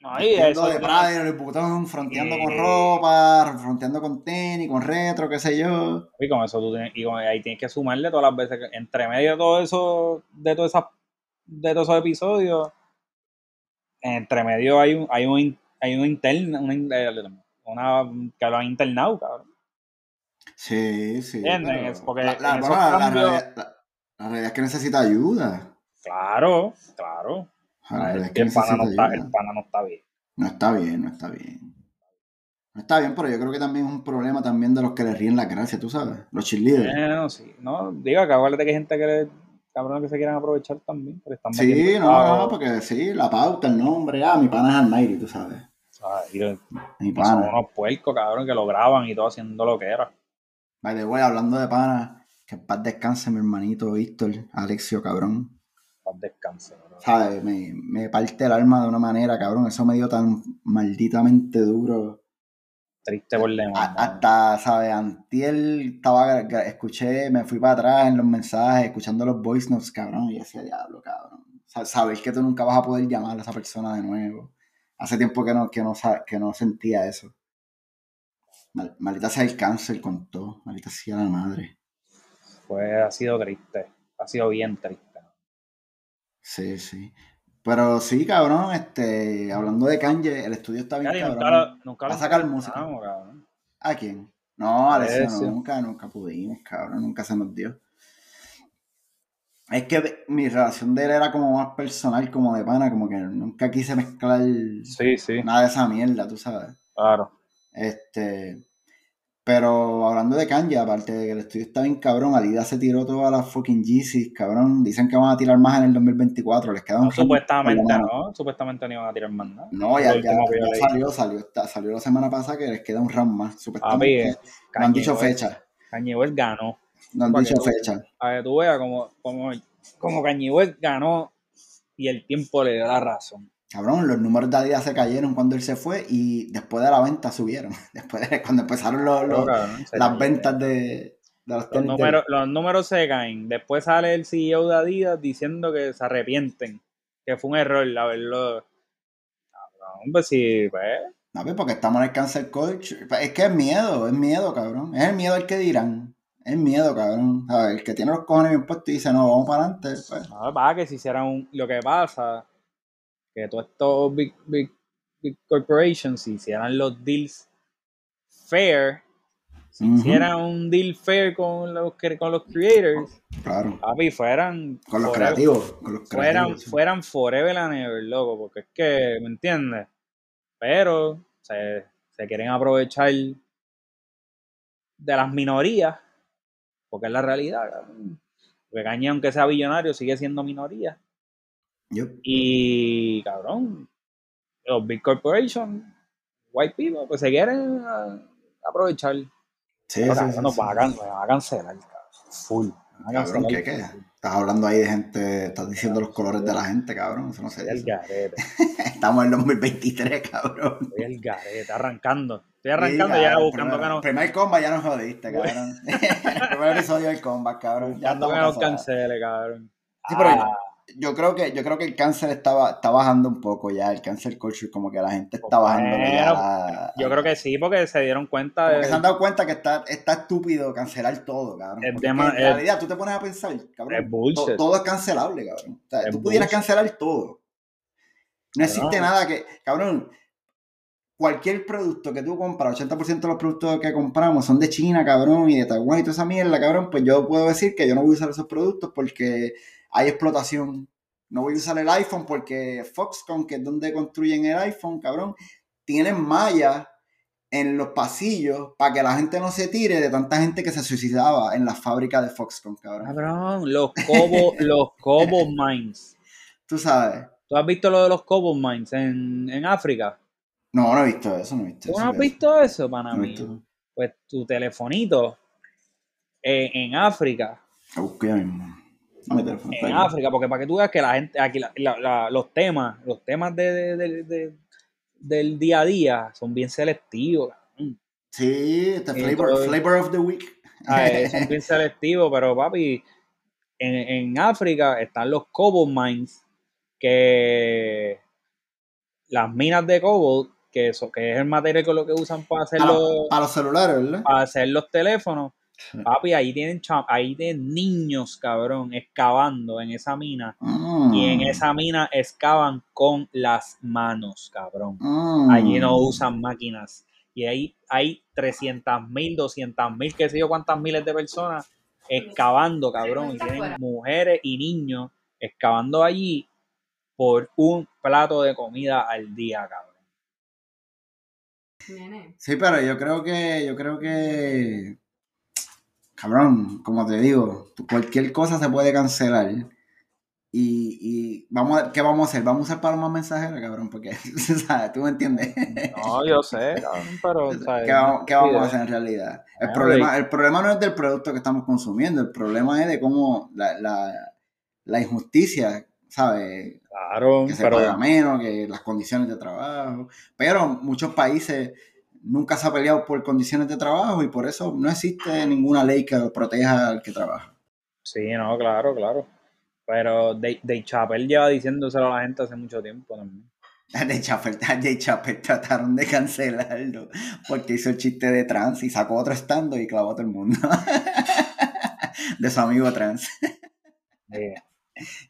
Speaker 2: No, y
Speaker 1: vistiendo
Speaker 2: eso,
Speaker 1: de Prada, el botón, fronteando con
Speaker 2: Sí.
Speaker 1: ropa, fronteando con tenis, con retro, qué sé yo.
Speaker 2: y con eso tú tienes, y con- ahí tienes que sumarle todas las veces que, entre medio de todo eso, de todas esas, de todos esos episodios, entre medio hay un, hay un in- hay una interna, una, in- eh, una- que lo han internado, cabrón.
Speaker 1: Sí, sí.
Speaker 2: ¿Entienden?
Speaker 1: pero
Speaker 2: Es porque
Speaker 1: la, la-
Speaker 2: en esos
Speaker 1: bueno, la- la
Speaker 2: cambios-
Speaker 1: realidad, la- la realidad es que necesita ayuda.
Speaker 2: Claro, claro.
Speaker 1: La realidad es que
Speaker 2: el, pana
Speaker 1: necesita
Speaker 2: no está,
Speaker 1: ayuda.
Speaker 2: el pana no está bien.
Speaker 1: No está bien, no está bien. No está bien, pero yo creo que también es un problema también de los que le ríen la gracia, tú sabes. Los cheerleaders.
Speaker 2: Bueno, sí. No, digo, que acuérdate que hay gente que le, cabrón que se quieran aprovechar también. Que le están
Speaker 1: sí,
Speaker 2: metiendo
Speaker 1: no,
Speaker 2: pavo,
Speaker 1: no, pues. porque sí, la pauta, el nombre, ah, mi pana es Almighty, tú sabes.
Speaker 2: o sea, y le-
Speaker 1: Mi
Speaker 2: Y son
Speaker 1: pana.
Speaker 2: unos puercos, cabrón, que lo graban y todo haciendo lo que era.
Speaker 1: By the way, hablando de pana, que en paz descanse mi hermanito Víctor, Alexio, cabrón.
Speaker 2: Paz descanse, cabrón.
Speaker 1: ¿Sabes? Me, me parte el alma de una manera, cabrón. Eso me dio tan malditamente duro.
Speaker 2: Triste por demás.
Speaker 1: A-
Speaker 2: mano.
Speaker 1: Hasta, ¿sabes? Antiel estaba, gra- gra- escuché, me fui para atrás en los mensajes, escuchando los voice notes, cabrón, y decía, diablo, cabrón. Sa- Saber que tú nunca vas a poder llamar a esa persona de nuevo. Hace tiempo que no, que no, sa- que no sentía eso. Mal- Maldita sea el cáncer con todo. Maldita sea la madre.
Speaker 2: Pues ha sido triste. Ha sido bien triste.
Speaker 1: Sí, sí. Pero sí, cabrón, este, hablando de Kanye, el estudio está bien,
Speaker 2: Cari,
Speaker 1: cabrón.
Speaker 2: nunca lo, nunca
Speaker 1: Va
Speaker 2: lo
Speaker 1: a sacar música.
Speaker 2: entrevistamos, cabrón.
Speaker 1: ¿A quién? No, Alessio,
Speaker 2: Alessio.
Speaker 1: nunca, nunca pudimos, cabrón, nunca se nos dio. Es que ve- mi relación de él era como más personal, como de pana, como que nunca quise mezclar
Speaker 2: Sí, sí,
Speaker 1: nada de esa mierda, tú sabes.
Speaker 2: claro.
Speaker 1: Este, Pero hablando de Kanye, aparte de que el estudio está bien cabrón, Adidas se tiró todas las fucking Yeezys, cabrón. Dicen que van a tirar más en el 2024, les queda un
Speaker 2: No, supuestamente no, supuestamente no iban a tirar más nada.
Speaker 1: No, ya,
Speaker 2: Lo
Speaker 1: ya-
Speaker 2: último que yo
Speaker 1: ya
Speaker 2: leí.
Speaker 1: salió, salió, está- salió la semana pasada que les queda un round más,
Speaker 2: Papi,
Speaker 1: supuestamente. no han
Speaker 2: Kanye pues.
Speaker 1: dicho
Speaker 2: West-
Speaker 1: fecha,
Speaker 2: Kanye West ganó.
Speaker 1: no han
Speaker 2: Para que
Speaker 1: dicho
Speaker 2: tú-
Speaker 1: fecha.
Speaker 2: A ver, tú veas como, como, como Kanye West ganó y el tiempo le dio la razón.
Speaker 1: Cabrón, los números de Adidas se cayeron cuando él se fue y después de la venta subieron. Después de- cuando empezaron los- los-
Speaker 2: Cabrón, se
Speaker 1: las
Speaker 2: cayó.
Speaker 1: ventas de, de los
Speaker 2: Los
Speaker 1: tenis. de-
Speaker 2: números, los números se caen. Después sale el CEO de Adidas diciendo que se arrepienten, que fue un error haberlo. Cabrón, pues sí, pues.
Speaker 1: No, pues, porque estamos en el cancer culture. Pues, Es que es miedo, es miedo, cabrón. Es el miedo al que dirán. Es miedo, cabrón. ¿Sabes? El que tiene los cojones bien puestos y dice, no, vamos para adelante. pues.
Speaker 2: No, lo que pasa es que si hicieran un, lo que pasa, que todos estos big, big, big corporations, si hicieran los deals fair, si
Speaker 1: Ujú.
Speaker 2: hicieran un deal fair con los, cre- con los creators,
Speaker 1: Claro.
Speaker 2: papi, fueran,
Speaker 1: Con los
Speaker 2: forever-
Speaker 1: creativos. Con los
Speaker 2: fueran,
Speaker 1: creativos.
Speaker 2: fueran forever and ever, loco, porque es que, ¿me entiendes? Pero se, se quieren aprovechar de las minorías, porque es la realidad, cabrón. Porque Kanye, aunque sea billonario, sigue siendo minoría.
Speaker 1: Yup.
Speaker 2: Y, cabrón, los big corporations, white people, pues se quieren ah, aprovechar.
Speaker 1: Sí,
Speaker 2: Ahora,
Speaker 1: sí, sí,
Speaker 2: nos
Speaker 1: sí.
Speaker 2: van a, can- me van a cancelar, cabrón, full. Me van a
Speaker 1: Cabrón, ¿qué,
Speaker 2: cancelar
Speaker 1: qué? Estás hablando ahí de gente, estás diciendo los colores de la gente, cabrón. Eso no se
Speaker 2: Estoy al
Speaker 1: dice.
Speaker 2: garete,
Speaker 1: Estamos en el 2023, cabrón.
Speaker 2: estoy al garete, arrancando. Estoy arrancando ya
Speaker 1: cabrón,
Speaker 2: buscando que
Speaker 1: primer,
Speaker 2: nos,
Speaker 1: Primer comba ya nos jodiste, cabrón. el primer episodio del comba, cabrón. Ya
Speaker 2: buscando
Speaker 1: estamos
Speaker 2: que nos
Speaker 1: cancelados.
Speaker 2: cancele, cabrón.
Speaker 1: Sí, pero
Speaker 2: Ah,
Speaker 1: yo creo que yo creo que el cáncer está, está bajando un poco ya, el cáncer culture, como que la gente está
Speaker 2: Compañero,
Speaker 1: bajando. ya.
Speaker 2: Pues yo creo que sí, porque se dieron cuenta
Speaker 1: Como que se
Speaker 2: de...
Speaker 1: han dado cuenta que está, está estúpido cancelar todo, cabrón.
Speaker 2: Es
Speaker 1: Porque
Speaker 2: dema-
Speaker 1: es que en
Speaker 2: es-
Speaker 1: realidad tú te pones a pensar, cabrón.
Speaker 2: Es
Speaker 1: to-
Speaker 2: bullshit.
Speaker 1: Todo, es cancelable, cabrón. O sea,
Speaker 2: Es
Speaker 1: tú pudieras
Speaker 2: bullshit.
Speaker 1: cancelar todo. No existe
Speaker 2: Cabrón.
Speaker 1: nada que, cabrón, cualquier producto que tú compras, 80% de los productos que compramos son de China, cabrón, y de Taiwán y toda esa mierda, cabrón, pues yo puedo decir que yo no voy a usar esos productos porque hay explotación. No voy a usar el iPhone porque Foxconn, que es donde construyen el iPhone, cabrón, tienen mallas en los pasillos para que la gente no se tire de tanta gente que se suicidaba en la fábrica de Foxconn, cabrón.
Speaker 2: Cabrón, los Cobo, los Cobo Mines.
Speaker 1: Tú sabes.
Speaker 2: ¿Tú has visto lo de los Cobo Mines en, en África?
Speaker 1: No, no he visto eso, no he visto
Speaker 2: ¿Tú
Speaker 1: eso.
Speaker 2: no has
Speaker 1: ¿qué es?
Speaker 2: visto eso, pana
Speaker 1: No he
Speaker 2: mí?
Speaker 1: visto eso.
Speaker 2: Pues tu telefonito eh, en África,
Speaker 1: Lo busqué ya mismo. No, mi teléfono está
Speaker 2: en
Speaker 1: ahí.
Speaker 2: África, porque para que tú veas que la gente, aquí la- la- la- los temas, los temas de, de- de- de- del día a día son bien selectivos. cabrón.
Speaker 1: Sí, este
Speaker 2: Sí,
Speaker 1: flavor,
Speaker 2: todo-
Speaker 1: flavor of the week.
Speaker 2: Ay, son bien selectivos, pero papi, en, en África están los cobalt mines, que las minas de cobalt, que, eso, que es el material con lo que usan para hacer
Speaker 1: Para,
Speaker 2: los,
Speaker 1: para los celulares, ¿verdad?
Speaker 2: para hacer los teléfonos.
Speaker 1: Sí.
Speaker 2: Papi, ahí tienen, cha- ahí tienen niños, cabrón, excavando en esa mina.
Speaker 1: Mm.
Speaker 2: Y en esa mina excavan con las manos, cabrón.
Speaker 1: Mm.
Speaker 2: Allí no usan máquinas. Y ahí hay 300 mil, 200 mil, qué sé yo cuántas miles de personas excavando, cabrón. Y tienen mujeres y niños excavando allí por un plato de comida al día, cabrón.
Speaker 3: Nene.
Speaker 1: Sí, pero yo creo que, yo creo que, cabrón, como te digo, tú- cualquier cosa se puede cancelar. Y, y vamos a, ¿qué vamos a hacer? Vamos a usar palomas mensajeras, cabrón, porque, o sea, tú me entiendes.
Speaker 2: No, yo sé, cabrón, pero... o sea,
Speaker 1: ¿Qué vamos, qué vamos
Speaker 2: sí,
Speaker 1: a hacer en realidad? El
Speaker 2: Ah,
Speaker 1: problema, el problema no es del producto que estamos consumiendo, el problema es de cómo la, la- la injusticia, ¿sabes?
Speaker 2: Claro,
Speaker 1: Que se paga
Speaker 2: pero...
Speaker 1: menos, que las condiciones de trabajo. Pero muchos países nunca se ha peleado por condiciones de trabajo y por eso no existe ninguna ley que proteja al que trabaja.
Speaker 2: Sí, no, claro, claro. Pero Dave Dave Chappelle lleva diciéndoselo a la gente hace mucho tiempo también.
Speaker 1: A Jay Chappelle, a Jay Chappelle trataron de cancelarlo porque hizo el chiste de trans y sacó otro estando y clavó a todo el mundo. de su amigo trans.
Speaker 2: Eh,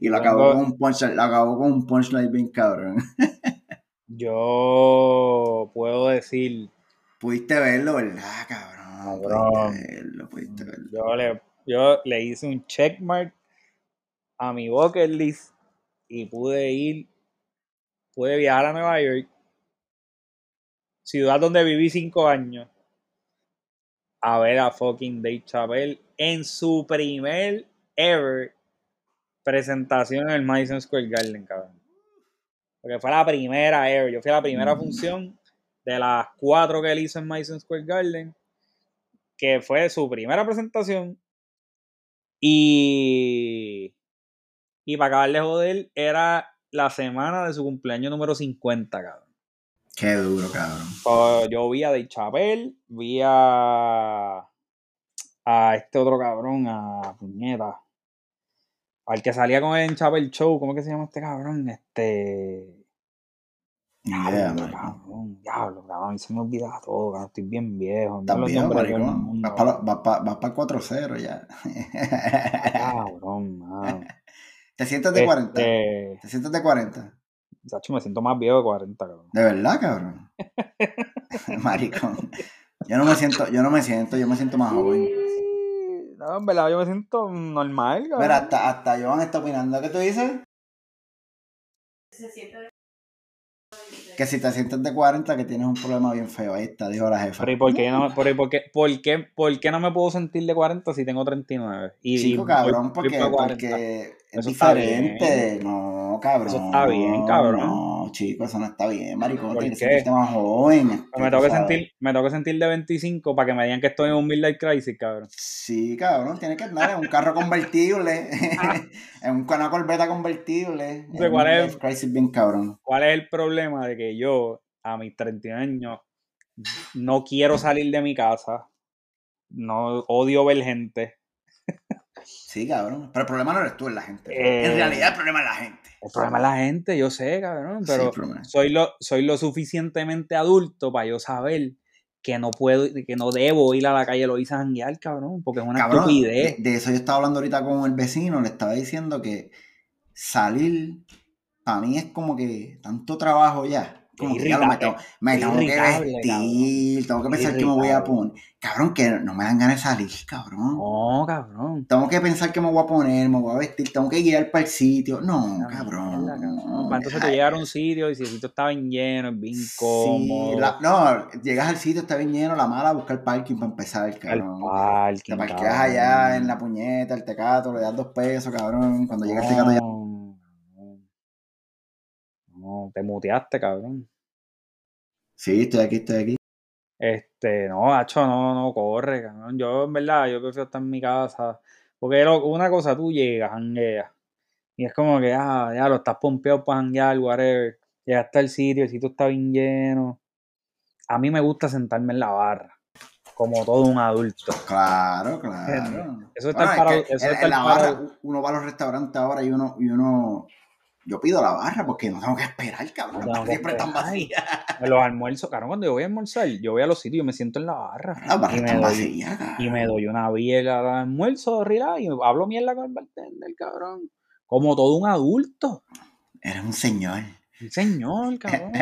Speaker 1: Y lo acabó con un punchline, lo acabó con un punchline bien cabrón.
Speaker 2: yo puedo decir
Speaker 1: Pudiste verlo, ¿verdad, cabrón?
Speaker 2: Cabrón.
Speaker 1: Pudiste verlo, pudiste verlo.
Speaker 2: Yo le, yo le hice un checkmark a mi bucket list y pude ir, pude viajar a Nueva York, ciudad donde viví cinco años, a ver a fucking Dave Chappelle en su primer ever presentación en el Madison Square Garden, cabrón. Porque fue la primera ever. Yo fui a la primera función de las cuatro que él hizo en Madison Square Garden, que fue su primera presentación. Y. Y para acabar de joder, era la semana de su cumpleaños número 50, cabrón.
Speaker 1: Qué duro, cabrón.
Speaker 2: So, Pues, yo vi a De Chapel, vi a. a este otro cabrón, a Puñeta. Al que salía con él en Chapel Show, ¿cómo es que se llama este cabrón? Este.
Speaker 1: Ni idea,
Speaker 2: Diablo,
Speaker 1: marico.
Speaker 2: cabrón, diablo, cabrón, se me olvida todo, cabrón, estoy bien viejo.
Speaker 1: Estás
Speaker 2: no los
Speaker 1: viejo,
Speaker 2: nombres de todo el
Speaker 1: marico.
Speaker 2: mundo,
Speaker 1: Vas para, vas pa- vas pa 4-0 ya.
Speaker 2: Cabrón, mano.
Speaker 1: Te sientes de 40.
Speaker 2: Este,
Speaker 1: Te sientes de 40.
Speaker 2: Sacho, me siento más viejo de 40, cabrón.
Speaker 1: De verdad, cabrón. Maricón. Yo no me siento, yo no me siento, yo me siento más joven.
Speaker 2: No, en verdad, yo me siento normal, cabrón.
Speaker 1: Mira, hasta, hasta Joan está opinando. ¿Qué tú dices? Que si te sientes de 40, que tienes un problema bien feo. Ahí está, dijo la jefa.
Speaker 2: Pero ¿y por qué, yo no, me- pero ¿y por, qué, por, qué, por qué no me puedo sentir de 40 si tengo 39? Y, y
Speaker 1: Chico,
Speaker 2: voy-
Speaker 1: cabrón,
Speaker 2: voy
Speaker 1: porque,
Speaker 2: pa' 40.
Speaker 1: porque es
Speaker 2: Eso está
Speaker 1: diferente. No, cabrón.
Speaker 2: Eso está bien, cabrón.
Speaker 1: No, chico, eso no está bien, maricón.
Speaker 2: ¿Por
Speaker 1: Tienes que
Speaker 2: qué?
Speaker 1: sentirte más joven. este,
Speaker 2: me, tengo
Speaker 1: tú
Speaker 2: que
Speaker 1: sabes.
Speaker 2: sentir, me tengo que sentir de 25 para que me digan que estoy en un midlife crisis, cabrón.
Speaker 1: Sí, cabrón, tienes que andar en un carro convertible, en un, una corbeta convertible.
Speaker 2: Ah. No sé cuál
Speaker 1: en un
Speaker 2: es.
Speaker 1: Life Crisis bien cabrón.
Speaker 2: ¿Cuál es el problema de que yo, a mis 30 años, no quiero salir de mi casa? No odio ver gente.
Speaker 1: Sí, cabrón. Pero el problema no eres tú, es la gente. pues.
Speaker 2: Eh,
Speaker 1: En realidad el problema es la gente.
Speaker 2: El problema es la gente, yo sé, cabrón,
Speaker 1: Sí,
Speaker 2: pero
Speaker 1: el problema es-
Speaker 2: soy lo, soy lo suficientemente adulto para yo saber que no puedo, que no debo ir a la calle Loiza a janguear, cabrón, porque es una
Speaker 1: Ah, Cabrón, eh. de,
Speaker 2: estupidez.
Speaker 1: de eso yo estaba hablando ahorita con el vecino, le estaba diciendo que salir para mí es como que tanto trabajo ya. Como que ya lo me tengo, me
Speaker 2: es
Speaker 1: tengo que
Speaker 2: irritable,
Speaker 1: vestir, tengo que
Speaker 2: Es
Speaker 1: pensar que me voy a
Speaker 2: irritable.
Speaker 1: poner. Cabrón, que no me dan ganas de salir, cabrón.
Speaker 2: No, cabrón.
Speaker 1: Tengo que pensar que me voy a poner, me voy a vestir, tengo que guiar para el sitio. No,
Speaker 2: Una
Speaker 1: cabrón.
Speaker 2: Ah, mierda, cabrón. Para entonces te
Speaker 1: Ay,
Speaker 2: llegar a un sitio y si el sitio está bien lleno, es bien
Speaker 1: Sí,
Speaker 2: cómodo.
Speaker 1: la- no, llegas al sitio, está bien lleno, la mala, busca el parking para empezar,
Speaker 2: al
Speaker 1: cabrón.
Speaker 2: parking,
Speaker 1: Te parqueas
Speaker 2: cabrón.
Speaker 1: allá en la puñeta, el tecato, le das dos pesos, cabrón. Cuando llega el tecato ya.
Speaker 2: No, no. No, te muteaste, cabrón.
Speaker 1: Sí, estoy aquí, estoy aquí.
Speaker 2: Este, no, Hacho, no, no corre, cabrón. Yo, en verdad, yo prefiero estar en mi casa. Porque lo- una cosa, tú llegas, jangueas. Y es como que, ah, ya lo estás pompeado para janguear, whatever. Llegaste al sitio, el sitio está bien lleno. A mí me gusta sentarme en la barra, como todo un adulto.
Speaker 1: Claro, claro.
Speaker 2: Eso está
Speaker 1: Bueno, es
Speaker 2: parado-
Speaker 1: que
Speaker 2: eso
Speaker 1: en-
Speaker 2: está
Speaker 1: en la
Speaker 2: parado.
Speaker 1: barra, uno va a los restaurantes ahora y uno, y uno. Yo pido la barra porque no tengo que esperar, cabrón.
Speaker 2: No tengo que
Speaker 1: siempre están
Speaker 2: esperar.
Speaker 1: vacías.
Speaker 2: En los almuerzos, cabrón, cuando yo voy a almorzar, yo voy a los sitios y me siento en la barra.
Speaker 1: Las barras
Speaker 2: Y me
Speaker 1: están
Speaker 2: doy-
Speaker 1: vacías, cabrón.
Speaker 2: Y me doy una biela al almuerzo, relax, y hablo mierda con el bartender, cabrón. Como todo un adulto.
Speaker 1: Eres un señor.
Speaker 2: Un señor, cabrón.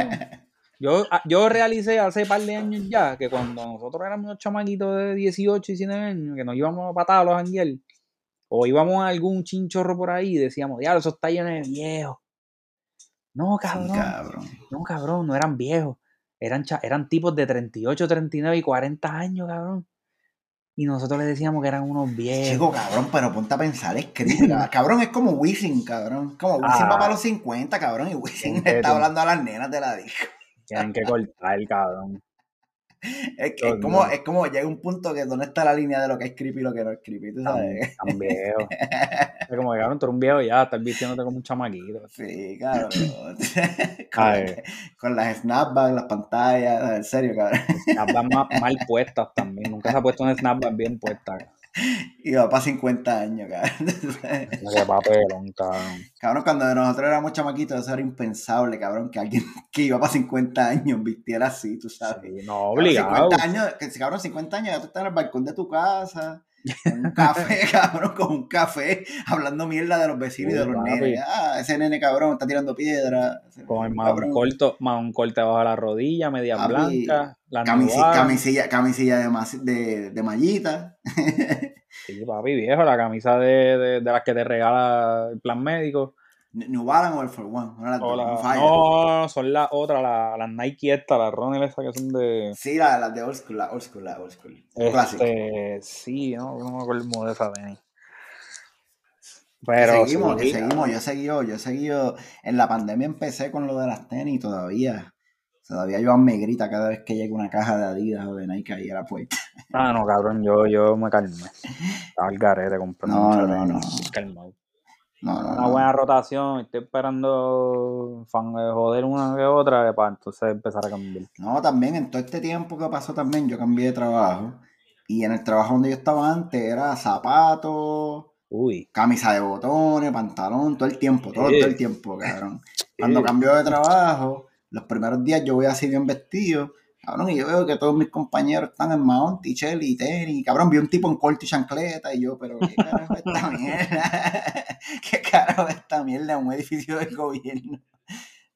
Speaker 2: Yo, a- yo realicé hace par de años ya que cuando nosotros éramos unos chamaquitos de 18 y 19 años, que nos íbamos a patar a los janguear, o íbamos a algún chinchorro por ahí, decíamos, diablo, esos está lleno de viejos. No,
Speaker 1: Sí,
Speaker 2: cabrón.
Speaker 1: cabrón.
Speaker 2: No, cabrón, no eran viejos. Eran, cha- eran tipos de 38, 39 y 40 años, cabrón. Y nosotros les decíamos que eran unos viejos.
Speaker 1: Chico, cabrón, pero ponte a pensar, es crítica. Cabrón, es como Wisin, cabrón. Como Wisin
Speaker 2: Ah.
Speaker 1: va para los 50, cabrón, y Wisin
Speaker 2: Entiendo.
Speaker 1: está hablando a las nenas de la disco. ah,
Speaker 2: Tienen que cortar, cabrón.
Speaker 1: Es, que- es
Speaker 2: Dios
Speaker 1: como,
Speaker 2: mío.
Speaker 1: es como llega un punto que donde está la línea de lo que es creepy y lo que no eh. es creepy, tú
Speaker 2: Tan,
Speaker 1: sabes.
Speaker 2: tan viejo. Es como que, cabrón, tú eres un viejo ya, estás vistiéndote como un chamaquito.
Speaker 1: Sí, cabrón. con,
Speaker 2: Ay.
Speaker 1: las- con las snapbacks, las pantallas, en serio, cabrón.
Speaker 2: Snapbacks ma- mal puestas también. Nunca se ha puesto una snapback bien puesta. cabrón.
Speaker 1: Y va para 50 años, cabrón.
Speaker 2: Qué papelón, cabrón.
Speaker 1: Cabrón, cuando nosotros éramos chamaquitos, eso era impensable, cabrón, que alguien que iba para 50 años vistiera así, tú sabes.
Speaker 2: Sí, no,
Speaker 1: Cabrón,
Speaker 2: obligado.
Speaker 1: 50 años, que si cabrón, 50 años, ya tú estás en el balcón de tu casa, con un café, cabrón, con un café, hablando mierda de los vecinos y de
Speaker 2: Sí,
Speaker 1: los
Speaker 2: papi.
Speaker 1: nenes. Ah, ese nene cabrón está tirando piedra. Ese
Speaker 2: Con el
Speaker 1: cabrón,
Speaker 2: maón corto, maón corto abajo de la rodilla, media
Speaker 1: Papi,
Speaker 2: blanca, la
Speaker 1: camisi-
Speaker 2: nudada.
Speaker 1: camisilla, camisilla de, mas- de, de mallita.
Speaker 2: Sí, papi viejo, la camisa de, de, de las que te regala el plan médico.
Speaker 1: New Balance o el For One. Una de las
Speaker 2: O
Speaker 1: dos,
Speaker 2: la-
Speaker 1: un fire.
Speaker 2: no, son las otras, la- las Nike estas, las Ronel esas que son de...
Speaker 1: Sí, las la de old school, la old school, la old school. Clásico.
Speaker 2: Este, sí, no, no me acuerdo el modelo de esa tenis. Pero
Speaker 1: seguimos, que
Speaker 2: sí,
Speaker 1: seguimos. Yo he seguido, yo he seguido. En la pandemia empecé con lo de las tenis todavía. Todavía Joan me grita cada vez que llega una caja de Adidas o de Nike ahí a la puerta.
Speaker 2: Ah, no, cabrón, yo, yo me calmé. Estaba el garete comprando.
Speaker 1: No,
Speaker 2: mucha
Speaker 1: no, no,
Speaker 2: tenis,
Speaker 1: no.
Speaker 2: estoy calmado.
Speaker 1: No, no,
Speaker 2: Una
Speaker 1: no.
Speaker 2: buena rotación, estoy esperando fan, eh, joder una que otra para entonces empezar a cambiar.
Speaker 1: No, también en todo este tiempo que pasó también yo cambié de trabajo. Y en el trabajo donde yo estaba antes era zapatos,
Speaker 2: Uy,
Speaker 1: camisa de botones, pantalón, todo el tiempo, todo,
Speaker 2: Eh.
Speaker 1: todo el tiempo, cabrón. Cuando
Speaker 2: Eh.
Speaker 1: cambio de trabajo, los primeros días yo voy así bien vestido, cabrón, y yo veo que todos mis compañeros están en mahón, tichel y tenis, cabrón, vi un tipo en corto y chancleta, y yo, pero qué carajo es esta mierda, qué carajo es esta mierda en un edificio del gobierno.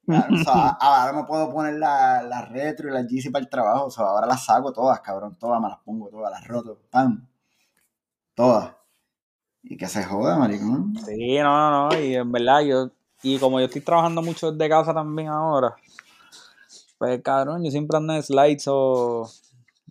Speaker 1: Cabrón, o sea, ahora me puedo poner las la retro y las GC para el trabajo, o sea, ahora las saco todas, cabrón, todas me las pongo, todas las roto, pam, todas. Y que se joda, maricón.
Speaker 2: sí, no, no, no, y en verdad yo, y como yo estoy trabajando mucho desde casa también ahora, pues cabrón, yo siempre ando en slides o,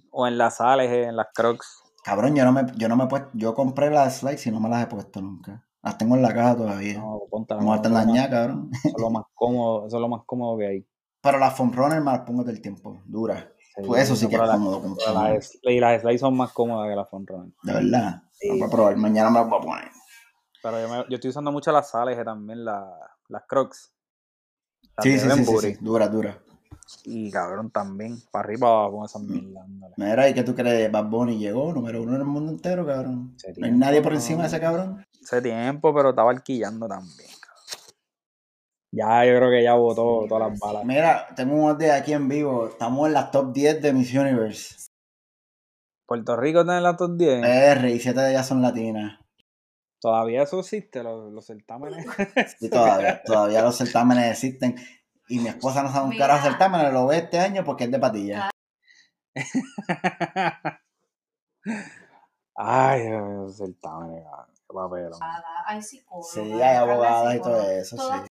Speaker 2: o en las sales, eh, en las crocs.
Speaker 1: Cabrón, yo no me, yo no me he puesto, yo compré las slides y no me las he puesto nunca. Las tengo en la caja todavía.
Speaker 2: No, ponte
Speaker 1: Como hasta
Speaker 2: eso, es lo más-
Speaker 1: dañada, cabrón.
Speaker 2: eso es lo más cómodo, eso es lo más cómodo que hay.
Speaker 1: Pero las foam runner me las pongo del tiempo, dura. Pues eso sí que es
Speaker 2: pero las-
Speaker 1: cómodo, con
Speaker 2: pero las- y las slides son más cómodas que las front
Speaker 1: De verdad.
Speaker 2: Sí.
Speaker 1: Lo voy a probar, mañana me las voy a poner.
Speaker 2: Pero yo, me- yo estoy usando mucho las sales eh, también, la- las crocs. Las
Speaker 1: Sí,
Speaker 2: de
Speaker 1: sí, sí, sí,
Speaker 2: Benbury.
Speaker 1: sí, dura, dura.
Speaker 2: Y cabrón también, para arriba para abajo con esas
Speaker 1: Mm.
Speaker 2: mierdas. dándole.
Speaker 1: Mira, ¿y qué tú crees? Bad Bunny llegó, número uno en el mundo entero, cabrón.
Speaker 2: Ese
Speaker 1: No hay
Speaker 2: tiempo,
Speaker 1: nadie por
Speaker 2: no.
Speaker 1: encima de ese cabrón.
Speaker 2: Hace tiempo, pero estaba alquillando también. cabrón. Ya, yo creo que ya botó todas las balas.
Speaker 1: Mira, tengo un de aquí en vivo. Estamos en las top 10 de Miss Universe.
Speaker 2: Puerto Rico tiene las top 10.
Speaker 1: R y 7 de ellas son latinas.
Speaker 2: Todavía eso existe, los, los certámenes.
Speaker 1: Sí, todavía, todavía los certámenes existen. Y mi esposa no sabe un
Speaker 3: Mira. Ah,
Speaker 1: carajo de certámenes, lo ve este año porque es de patilla.
Speaker 2: Ay, los certámenes, cabrón. Qué papelón.
Speaker 3: Hay psicólogas.
Speaker 1: Sí, hay abogadas y todo
Speaker 3: psicólogas,
Speaker 1: eso,
Speaker 3: todas
Speaker 1: sí.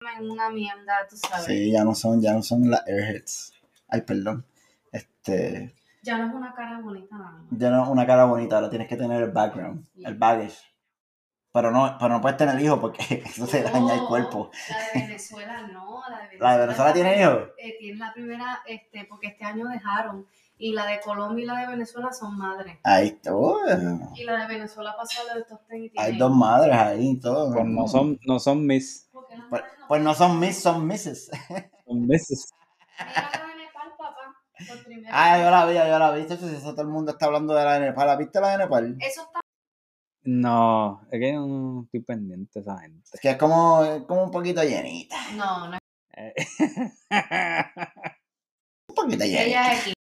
Speaker 3: comen una mierda, tú sabes.
Speaker 1: Sí, ya no son, ya no son las Airheads. Ay, perdón. Este,
Speaker 3: Ya no es una cara bonita nada más.
Speaker 1: ya no una cara bonita, ahora tienes que tener el background, el baggage. Pero no, pero no puedes tener hijos porque eso te daña el
Speaker 3: No,
Speaker 1: cuerpo.
Speaker 3: La de Venezuela no, la de
Speaker 1: ¿La
Speaker 3: Venezuela.
Speaker 1: de Venezuela tiene hijos?
Speaker 3: eh, tiene la primera, este, porque este año dejaron. Y la de Colombia y la de Venezuela son madres.
Speaker 1: Ahí está. oh,
Speaker 3: Y la de Venezuela pasó la de Tosten y tiene
Speaker 1: hay dos madres ahí y todo.
Speaker 2: Pues no son, no son mis.
Speaker 3: ¿Por qué no
Speaker 1: Pues,
Speaker 3: madres?
Speaker 1: pues no son miss, son misses.
Speaker 2: Son misses.
Speaker 3: Mira la de Nepal, papá. Por primera
Speaker 1: Ah,
Speaker 3: vez.
Speaker 1: yo la vi, yo la vi. chacho, si Eso todo el mundo está hablando de la de Nepal. ¿La viste la de Nepal?
Speaker 3: Eso está
Speaker 2: No, es que yo no estoy pendiente de esa gente.
Speaker 1: Es que es como, es como un poquito llenita.
Speaker 3: No, no.
Speaker 2: Eh,
Speaker 1: Un poquito llenita.
Speaker 3: Ella es aquí.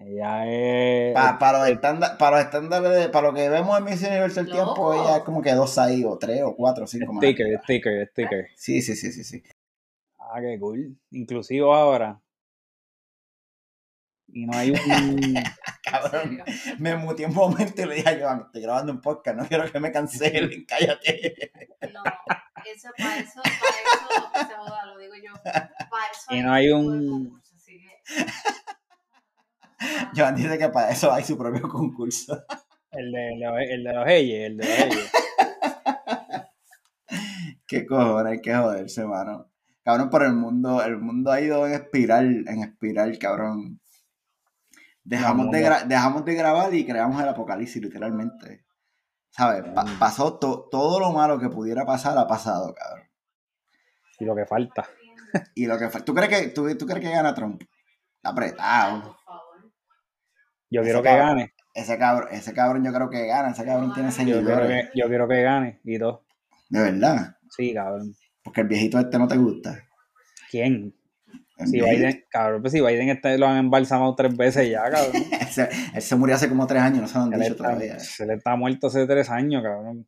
Speaker 2: Ella es.
Speaker 1: Pa- para, los estándares, para los estándares, de- para lo que vemos en Miss Universe el
Speaker 3: Loco.
Speaker 1: tiempo, ella es como que dos ahí, o tres, o cuatro, o cinco más.
Speaker 2: sticker, sticker, sticker.
Speaker 1: Sí, sí, sí, sí, sí.
Speaker 2: Ah, qué cool. Inclusivo ahora. Y no hay un.
Speaker 1: Cabrón.
Speaker 3: serio.
Speaker 1: Me muteé un momento y le dije a Joan, estoy grabando un podcast, no quiero que me cancelen, cállate.
Speaker 3: No, eso, para eso, para eso, se joda, lo digo yo. Para eso este
Speaker 2: Y no hay
Speaker 3: tipo de
Speaker 2: un-
Speaker 3: concurso, así que-
Speaker 1: Joan dice que para eso hay su propio concurso.
Speaker 2: el, de, el de- el de los Eyes, el de los Eyes.
Speaker 1: Qué cojones, hay que joderse, mano. Cabrón, pero el mundo, el mundo ha ido en espiral, en espiral, cabrón. Dejamos,
Speaker 2: No,
Speaker 1: de,
Speaker 2: no, no.
Speaker 1: gra- dejamos de grabar y creamos el apocalipsis, literalmente. ¿Sabes? Pa-
Speaker 2: Mm.
Speaker 1: pasó to- todo lo malo que pudiera pasar, ha pasado, cabrón.
Speaker 2: Y lo que falta.
Speaker 1: Y lo que fue, ¿tú crees que, tú, tú crees que gana Trump? Está apretado.
Speaker 3: Por favor.
Speaker 2: Yo
Speaker 1: Ese
Speaker 2: quiero que
Speaker 1: cabrón.
Speaker 2: gane.
Speaker 1: Ese cabrón, ese cabrón yo creo que gana, ese cabrón tiene
Speaker 2: Yo quiero
Speaker 1: seguidores.
Speaker 2: que, yo quiero que gane. Y todo.
Speaker 1: De verdad.
Speaker 2: Sí, cabrón.
Speaker 1: Porque el viejito este no te gusta.
Speaker 2: ¿Quién?
Speaker 1: El
Speaker 2: Si
Speaker 1: viejito.
Speaker 2: Biden, cabrón, pues si Biden está- lo han embalsamado tres veces ya, cabrón.
Speaker 1: Ese- él se murió hace como tres años, no se lo han
Speaker 2: Él
Speaker 1: dicho
Speaker 2: está,
Speaker 1: todavía.
Speaker 2: se le está muerto hace tres años, cabrón.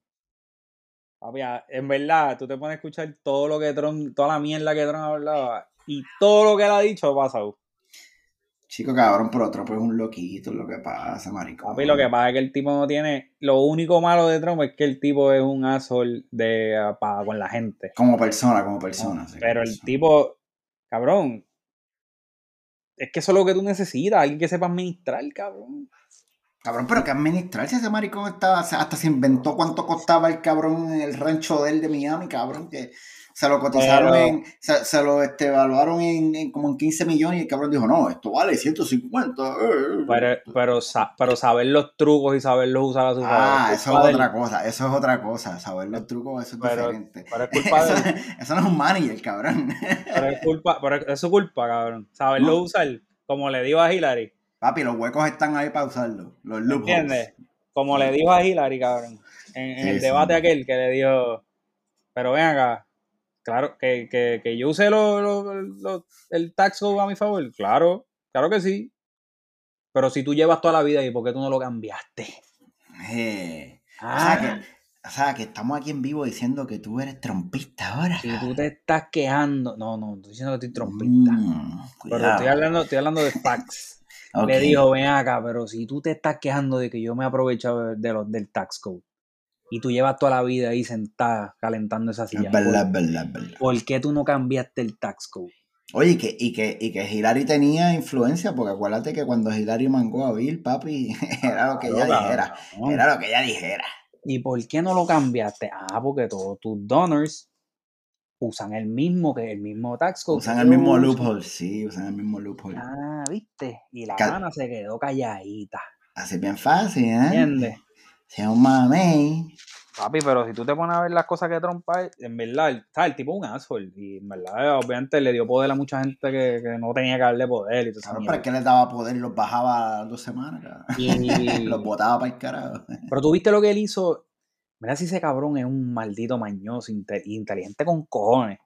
Speaker 2: Papi, a- en verdad, tú te pones a escuchar todo ah, lo que Trump, toda la mierda que Trump hablaba y todo lo que él ha dicho ha pasado.
Speaker 1: Chico cabrón, pero Trump es un loquito, lo que pasa, maricón.
Speaker 2: Papi, lo que pasa es que el tipo no tiene. Lo único malo de Trump es que el tipo es un asshole de, ah, pa- con la gente.
Speaker 1: Como persona, como persona. sí, como
Speaker 2: Pero el
Speaker 1: persona.
Speaker 2: tipo, cabrón. Es que eso es lo que tú necesitas, alguien que sepa administrar, cabrón.
Speaker 1: Cabrón, pero que administrarse ese maricón está, se- hasta se inventó cuánto costaba el cabrón en el rancho de él de Miami, cabrón, que se lo cotizaron
Speaker 2: Pero-
Speaker 1: en, se, se lo este, evaluaron en, en como en 15 millones y el cabrón dijo, no, esto vale 150. eh, eh".
Speaker 2: Pero, pero, sa- pero saber los trucos y saberlos usar a su
Speaker 1: ah,
Speaker 2: favor.
Speaker 1: eso
Speaker 2: culpa
Speaker 1: es
Speaker 2: del-
Speaker 1: otra cosa, eso es otra cosa, saber los trucos, eso es
Speaker 2: Pero-
Speaker 1: diferente.
Speaker 2: Pero es culpa de
Speaker 1: Eso,
Speaker 2: él.
Speaker 1: eso no es un manager, cabrón.
Speaker 2: Pero es culpa, pero es su culpa, cabrón. Saberlo
Speaker 1: No.
Speaker 2: usar, como le dijo a Hillary.
Speaker 1: Papi, los huecos están ahí para usarlo, los loopholes.
Speaker 2: ¿Entiendes? Como le dijo a Hillary, cabrón. En, en
Speaker 1: Sí,
Speaker 2: el
Speaker 1: sí.
Speaker 2: debate aquel que le dijo, pero ven acá, claro, que, que, que yo use lo- lo- lo- el tax code a mi favor. Claro, claro que sí. Pero si tú llevas toda la vida ahí, ¿por qué tú no lo cambiaste?
Speaker 1: Eh, o,
Speaker 2: Ah,
Speaker 1: sea que, o sea que estamos aquí en vivo diciendo que tú eres trompista ahora.
Speaker 2: Ah, si tú te estás quejando. No, no, estoy diciendo que estoy trompista.
Speaker 1: Mm,
Speaker 2: pero
Speaker 1: cuidado.
Speaker 2: estoy hablando, estoy hablando de facts.
Speaker 1: Ok.
Speaker 2: Le dijo, ven acá, pero si tú te estás quejando de que yo me he aprovechado de de los, del tax code y tú llevas toda la vida ahí sentada calentando esa silla,
Speaker 1: Es
Speaker 2: ¿por,
Speaker 1: verdad, es verdad, es verdad.
Speaker 2: por qué tú no cambiaste el tax code?
Speaker 1: Oye, y que, y, que, y que Hillary tenía influencia, porque acuérdate que cuando Hillary mangó a Bill, papi, era lo que ella
Speaker 2: Cabrón,
Speaker 1: dijera.
Speaker 2: cabrón.
Speaker 1: Ah, Era lo que ella dijera.
Speaker 2: ¿Y por qué no lo cambiaste? Ah, porque todos tus donors usan el mismo que el mismo tax code.
Speaker 1: Usan
Speaker 2: que
Speaker 1: el
Speaker 2: yo
Speaker 1: mismo
Speaker 2: uso.
Speaker 1: loophole, sí, usan el mismo loophole.
Speaker 2: Ah, viste. Y la
Speaker 1: Cal- Ah,
Speaker 2: gana se quedó calladita.
Speaker 1: Así es bien fácil, ¿eh?
Speaker 2: ¿Entiendes?
Speaker 1: Se un mamey.
Speaker 2: Papi, pero si tú te pones a ver las cosas que Trump ha hecho, en verdad, el, está, el tipo es un asshole. Y en verdad, eh, obviamente le dio poder a mucha gente que, que no tenía que darle poder. Y, toda esa
Speaker 1: Cabrón, pero
Speaker 2: mierda.
Speaker 1: es que le daba poder, los bajaba dos semanas, cabrón.
Speaker 2: Y-
Speaker 1: Los botaba para el carajo.
Speaker 2: pero tú viste lo que él hizo. Mira si ese cabrón es un maldito mañoso, inte- inteligente con cojones.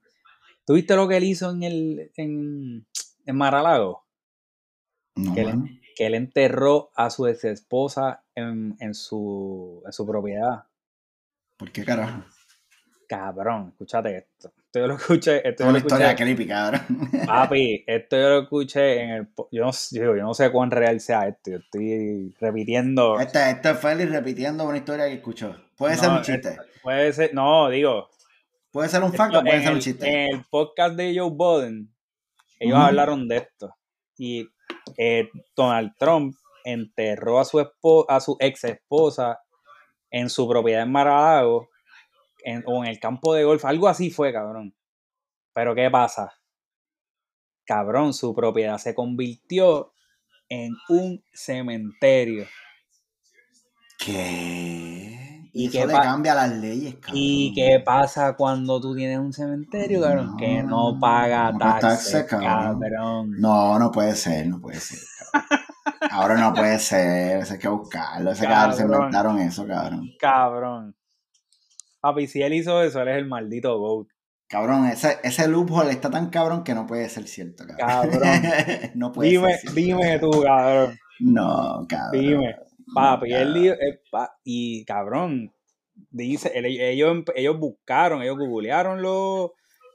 Speaker 2: ¿Tú viste lo que él hizo en el en, en Maralago?
Speaker 1: No,
Speaker 2: Que le-
Speaker 1: mano.
Speaker 2: Que él enterró a su ex esposa en, en su, en su propiedad.
Speaker 1: ¿Por qué carajo?
Speaker 2: Cabrón, escúchate esto. Esto yo lo escuché.
Speaker 1: Toda
Speaker 2: Esto yo lo
Speaker 1: una
Speaker 2: escuché.
Speaker 1: historia creepy, cabrón.
Speaker 2: Papi, esto yo lo escuché en el. po- Yo no, sé- yo, yo no sé cuán real sea esto. Yo estoy repitiendo.
Speaker 1: Esta, esta Este, es Félix repitiendo una historia que escuchó. Puede ser
Speaker 2: No,
Speaker 1: un chiste.
Speaker 2: Puede ser. No, digo.
Speaker 1: Puede ser un fact
Speaker 2: esto eh,
Speaker 1: o puede
Speaker 2: en
Speaker 1: ser un
Speaker 2: el-
Speaker 1: chiste.
Speaker 2: En el podcast de Joe Biden, ellos
Speaker 1: Ujú.
Speaker 2: hablaron de esto. Y eh, Donald Trump enterró a su, espo- a su ex esposa en su propiedad en Maralago o en el campo de golf. Algo así fue, cabrón. Pero ¿qué pasa? Cabrón, su propiedad se convirtió en un cementerio.
Speaker 1: ¿Qué?
Speaker 2: ¿Y
Speaker 1: Y
Speaker 2: qué
Speaker 1: eso le
Speaker 2: pa-
Speaker 1: cambia las leyes, cabrón.
Speaker 2: ¿Y qué pasa cuando tú tienes un cementerio, cabrón? que no
Speaker 1: No,
Speaker 2: paga
Speaker 1: no paga
Speaker 2: taxes,
Speaker 1: taxes,
Speaker 2: cabrón.
Speaker 1: cabrón. No, no puede ser, no puede ser, cabrón. Ahora no puede ser, eso hay que buscarlo. Ese cabrón se
Speaker 2: Cabrón.
Speaker 1: inventaron eso, cabrón.
Speaker 2: Cabrón. Papi, si él hizo eso, él es el maldito GOAT.
Speaker 1: Cabrón, ese, ese loophole está tan cabrón que no puede ser cierto, cabrón.
Speaker 2: Cabrón.
Speaker 1: no puede
Speaker 2: Dime,
Speaker 1: ser cierto.
Speaker 2: dime tú, cabrón.
Speaker 1: No, cabrón.
Speaker 2: Dime. Papi,
Speaker 1: No,
Speaker 2: él dijo, eh, pa- y cabrón, dice, él- ellos, empe- ellos buscaron, ellos googlearon lo,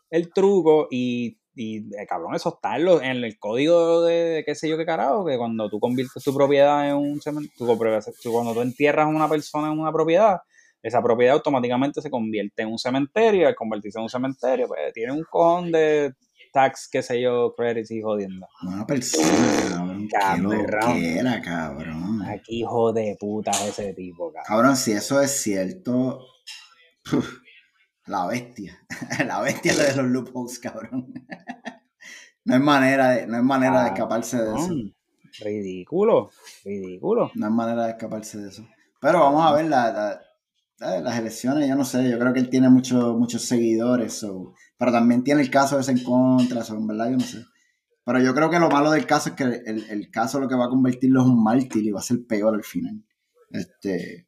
Speaker 2: el truco y, y, eh, cabrón, eso está en, lo- en el código de, de qué sé yo qué carajo, que cuando tú conviertes tu propiedad en un cementerio, cuando tú entierras a una persona en una propiedad, esa propiedad automáticamente se convierte en un cementerio, y al convertirse en un cementerio, pues tiene un con de tax, qué sé yo, credits y jodiendo.
Speaker 1: Una persona, cabrón.
Speaker 2: Cabrón.
Speaker 1: Qué loquera, cabrón.
Speaker 2: Aquí hijo de puta es ese tipo, cabrón.
Speaker 1: Cabrón, si eso es cierto, puf, la bestia, la bestia de los loopholes, cabrón. No hay manera de, no hay manera de escaparse de eso.
Speaker 2: Cabrón, Ridículo, ridículo.
Speaker 1: No hay manera de escaparse de eso. Pero vamos a ver la- la- la- las elecciones, yo no sé, yo creo que él tiene muchos muchos seguidores, so, pero también tiene el caso de ese en contra, so, en verdad yo no sé. Pero yo creo que lo malo del caso es que el, el caso lo que va a convertirlo es un mártir y va a ser peor al final. Este,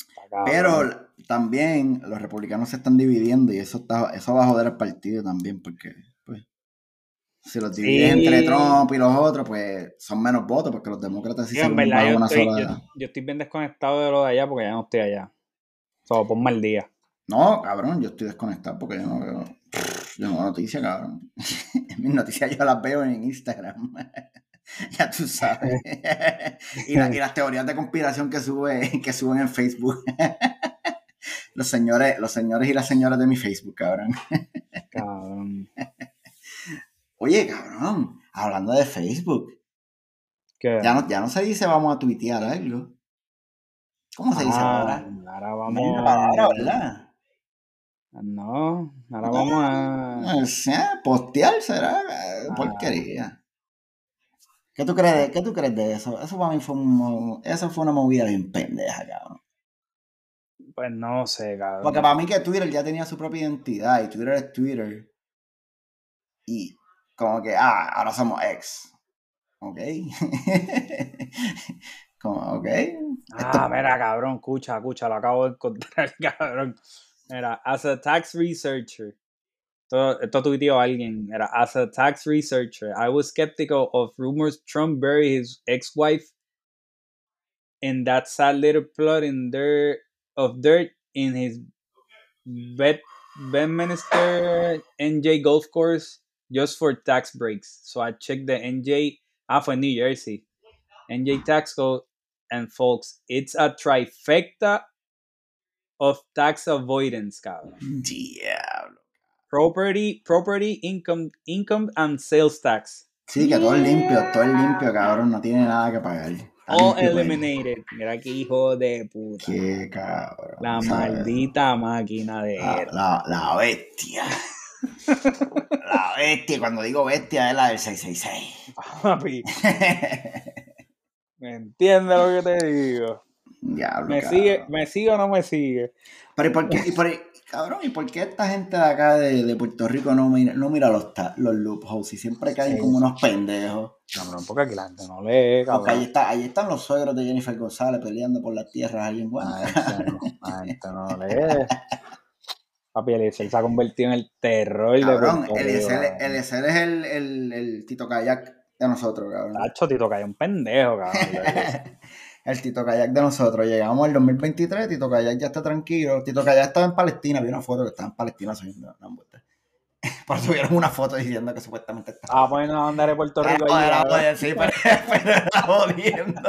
Speaker 2: Está cabrón.
Speaker 1: Pero la- también los republicanos se están dividiendo y eso está, eso va a joder al partido tambides porque pues, si los divides
Speaker 2: Sí.
Speaker 1: entre Trump y los otros, pues son menos votos porque los demócratas sí
Speaker 2: Yo,
Speaker 1: se
Speaker 2: en verdad,
Speaker 1: van
Speaker 2: yo
Speaker 1: una
Speaker 2: estoy,
Speaker 1: sola.
Speaker 2: yo- yo estoy bien desconectado de lo de allá porque ya no estoy allá. So, ponme al día.
Speaker 1: No, cabrón, yo estoy desconectado porque yo no veo, yo no veo noticias, cabrón. Mis noticias yo las veo en Instagram. Ya tú sabes. y, la- y las teorías de conspiración que, sube, que suben en Facebook. los, señores, los señores y las señoras de mi Facebook, cabrón.
Speaker 2: Cabrón.
Speaker 1: Oye, cabrón, hablando de Facebook,
Speaker 2: ¿Qué?
Speaker 1: ya no, ya no se dice vamos a tuitear algo. ¿Cómo se dice
Speaker 2: Ah,
Speaker 1: ahora?
Speaker 2: Ahora
Speaker 1: No
Speaker 2: vamos.
Speaker 1: hay una palabra, ¿verdad?
Speaker 2: No, ahora vamos a.
Speaker 1: No sé, Pues, ¿eh? postear será eh,
Speaker 2: Ah.
Speaker 1: porquería. ¿Qué tú, crees de, ¿Qué tú crees de eso? Eso para mí fue, un mo- eso fue una movida bien pendeja,
Speaker 2: Ah,
Speaker 1: cabrón.
Speaker 2: Pues no sé, cabrón.
Speaker 1: Porque para mí que Twitter ya tenía su propia identidad y Twitter es Twitter. Y como que, ah, ahora somos ex. ¿Ok? como, ¿ok?
Speaker 2: Ah, mira, cabrón, escucha, escucha, lo acabo de encontrar, cabrón. Mira, as a tax researcher, esto, esto tuiteó alguien, era, as a tax researcher, I was skeptical of rumors Trump buried his ex-wife in that sad little plot in dirt, of dirt in his bed, Bedminster NJ golf course just for tax breaks. So I checked the NJ, ah, fue en New Jersey, NJ tax code and folks, it's a trifecta of tax avoidance, cabrón.
Speaker 1: Diablo.
Speaker 2: Property, property, income, income and sales tax.
Speaker 1: Sí, que todo es limpio, todo es limpio, cabrón. No tiene nada que pagar. Está
Speaker 2: All
Speaker 1: limpio, güey.
Speaker 2: eliminated. Mira qué hijo de puta.
Speaker 1: Qué cabrón.
Speaker 2: La
Speaker 1: ¿sabes?
Speaker 2: maldita máquina de
Speaker 1: La,
Speaker 2: guerra.
Speaker 1: la- la bestia. la bestia. Cuando digo bestia es la del 666.
Speaker 2: Papi, ¿me entiendes lo que te digo?
Speaker 1: Diablo,
Speaker 2: ¿Me
Speaker 1: cabrón.
Speaker 2: sigue, me sigue o no me sigue?
Speaker 1: Pero ¿y por qué? y por- cabrón, ¿y por qué esta gente de acá de, de Puerto Rico no mira, no mira los, ta- los loopholes y siempre caen
Speaker 2: Sí.
Speaker 1: como unos pendejos?
Speaker 2: Cabrón, porque aquí la gente no lee,
Speaker 1: Porque ahí,
Speaker 2: cabrón.
Speaker 1: está, ahí están los suegros de Jennifer González peleando por las tierras ahí en Guanajuato.
Speaker 2: La gente no- la gente no lee. Papi, Eliezer se ha convertido en el terror de
Speaker 1: Cabrón,
Speaker 2: Puerto
Speaker 1: el
Speaker 2: Rico, cabrón.
Speaker 1: es el, el- el Tito Kayak de nosotros, cabrón.
Speaker 2: Tacho, Tito Kayak, un pendejo, cabrón.
Speaker 1: El Tito Kayak de nosotros. Llegamos al 2023, Tito Kayak ya está tranquilo. Tito Kayak estaba en Palestina, vi una foto que estaba en Palestina subiendo una vuelta. Por eso vieron una foto diciendo que supuestamente estaba.
Speaker 2: Ah, poniendo la bandera de Puerto Rico allí,
Speaker 1: Era
Speaker 2: cabrón.
Speaker 1: jodiendo, sí, pero, pero era jodiendo.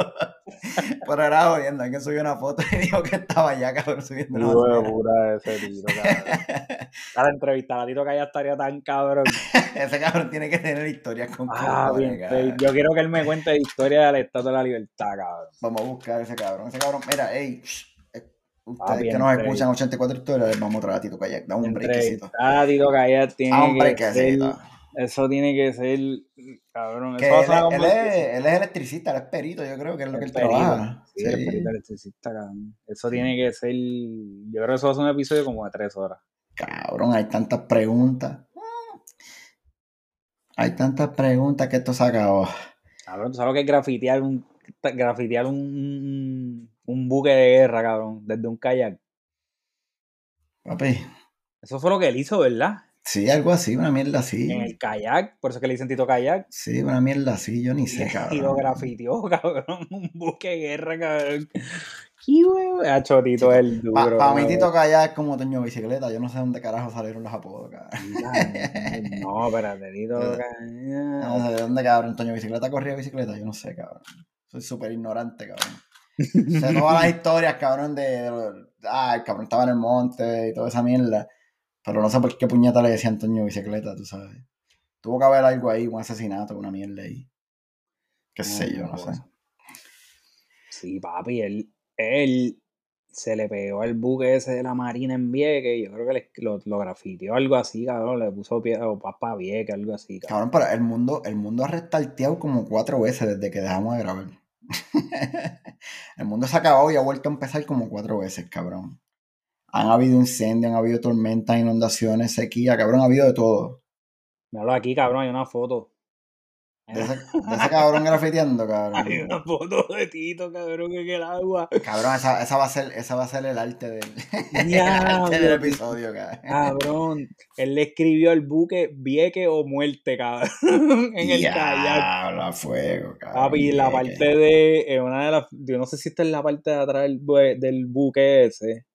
Speaker 1: Pero era jodiendo. Alguien subió una foto y dijo que estaba allá, cabrón, subiendo una
Speaker 2: Hijo de
Speaker 1: bandera.
Speaker 2: puta ese Tito, cabrón. Para entrevistar a Tito Kayak estaría tan cabrón.
Speaker 1: Ese cabrón tiene que tener historias con
Speaker 2: Ah,
Speaker 1: cojones,
Speaker 2: bien,
Speaker 1: cabrón.
Speaker 2: fake. Yo quiero que él me cuente la historia de la Estatua de la Libertad, cabrón.
Speaker 1: Vamos a buscar a ese cabrón. Ese cabrón, mira, ey. shh, eh, Ustedes
Speaker 2: Papi,
Speaker 1: que nos
Speaker 2: Ah, entre-
Speaker 1: escuchan 84 historias, les vamos a traer a Tito Kayak. Da un brequecito.
Speaker 2: Entrevistar a Tito Kayak
Speaker 1: Da un
Speaker 2: tiene Ah, que ser...
Speaker 1: brequecito.
Speaker 2: Eso tiene que ser... Cabrón,
Speaker 1: Que
Speaker 2: eso va a
Speaker 1: él,
Speaker 2: sonar como...
Speaker 1: él es, él es electricista, él es perito, yo creo que es lo que él
Speaker 2: El perito.
Speaker 1: trabaja.
Speaker 2: Sí, el
Speaker 1: Sí.
Speaker 2: perito electricista, cabrón. Eso tiene que ser... Yo creo que eso va a ser un episodio como de tres horas.
Speaker 1: Cabrón, hay tantas preguntas. Hay tantas preguntas que esto se acabó.
Speaker 2: Cabrón, tú sabes lo que es grafitear un grafitear un, un, un buque de guerra, cabrón, desde un kayak.
Speaker 1: Papi,
Speaker 2: Eso fue lo que él hizo, ¿verdad?
Speaker 1: sí, algo así, una mierda así.
Speaker 2: En el kayak, por eso es que le dicen Tito Kayak.
Speaker 1: Sí, una mierda así, yo ni sé,
Speaker 2: Y lo
Speaker 1: cabrón.
Speaker 2: grafiteó, cabrón, un buque de guerra, cabrón. ¡Qué huevo! Ah, Chorito es el duro.
Speaker 1: Para mí,
Speaker 2: cabrón.
Speaker 1: Tito Kayak es como Toño Bicicleta, yo no sé dónde carajo salieron los apodos, cabrón.
Speaker 2: No, espérate, Tito Kayak.
Speaker 1: No sé de dónde, cabrón. Toño Bicicleta corría bicicleta, yo no sé, cabrón. Soy súper ignorante, cabrón. sé todas las historias, cabrón, de, de los- Ah, el cabrón estaba en el monte y toda esa mierda. Pero no sé por qué puñeta le decían Toño Bicicleta, tú sabes. Tuvo que haber algo ahí, un asesinato, una mierda ahí. Qué sé yo, no sé.
Speaker 2: Sí, papi, él, él se le pegó el buque ese de la Marina en Vieques. Yo creo que le- lo, lo grafiteó algo así, cabrón. Le puso pie, o papa Vieques, algo así,
Speaker 1: Cabrón,
Speaker 2: cabrón.
Speaker 1: pero el mundo, el mundo ha restarteado como cuatro veces desde que dejamos de grabar. el mundo se ha acabado y ha vuelto a empezar como cuatro veces, cabrón. Han habido incendios, han habido tormentas, inundaciones, sequía, cabrón, ha habido de todo.
Speaker 2: Míralo aquí, cabrón, hay una foto.
Speaker 1: De ese, de ese cabrón grafiteando, cabrón.
Speaker 2: Hay una foto de Tito, cabrón, en el agua.
Speaker 1: Cabrón, esa, esa va a ser, esa va a ser el arte del, el arte del
Speaker 2: Diablo,
Speaker 1: episodio, cabrón.
Speaker 2: Cabrón, él le escribió al buque Vieque o muerte, cabrón, en el kayak.
Speaker 1: Diablo, a fuego, cabrón.
Speaker 2: Papi, la
Speaker 1: Vieque.
Speaker 2: parte de. eh, una de las, yo no sé si esta es la parte de atrás del, bue- del buque ese.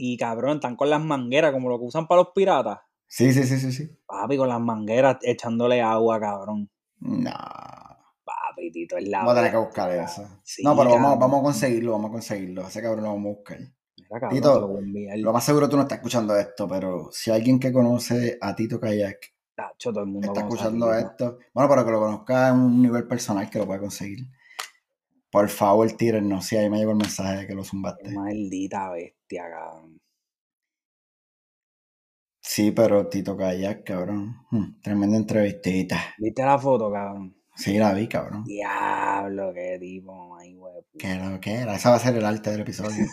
Speaker 2: Y cabrón, están con las mangueras, como lo que usan para los piratas.
Speaker 1: Sí, sí, sí, sí, sí.
Speaker 2: Papi, con las mangueras echándole agua, cabrón.
Speaker 1: No.
Speaker 2: Titito es la
Speaker 1: Vamos a tener que
Speaker 2: hora.
Speaker 1: buscar eso.
Speaker 2: Sí,
Speaker 1: no, pero vamos,
Speaker 2: cabrón.
Speaker 1: vamos a conseguirlo, vamos a conseguirlo. Ese cabrón lo vamos a buscar.
Speaker 2: Mira, cabrón,
Speaker 1: Tito,
Speaker 2: te lo voy a enviar.
Speaker 1: Lo más seguro tú no estás escuchando esto, pero si alguien que conoce a Tito Kayak
Speaker 2: Tacho, todo el mundo
Speaker 1: está
Speaker 2: conoce a
Speaker 1: escuchando
Speaker 2: Titito.
Speaker 1: esto, bueno, pero que lo conozca en un nivel personal que lo pueda conseguir. Por favor, tírennos. Si ahí me llegó el mensaje de que lo
Speaker 2: Qué
Speaker 1: zumbaste.
Speaker 2: Maldita bestia, cabrón.
Speaker 1: Sí, pero Tito Kayak, cabrón. Hmm, tremenda entrevistita.
Speaker 2: ¿Viste la foto, cabrón?
Speaker 1: Sí, la vi, cabrón.
Speaker 2: Diablo, qué tipo, ay, güey.
Speaker 1: Que lo que era. Esa va a ser el arte del episodio.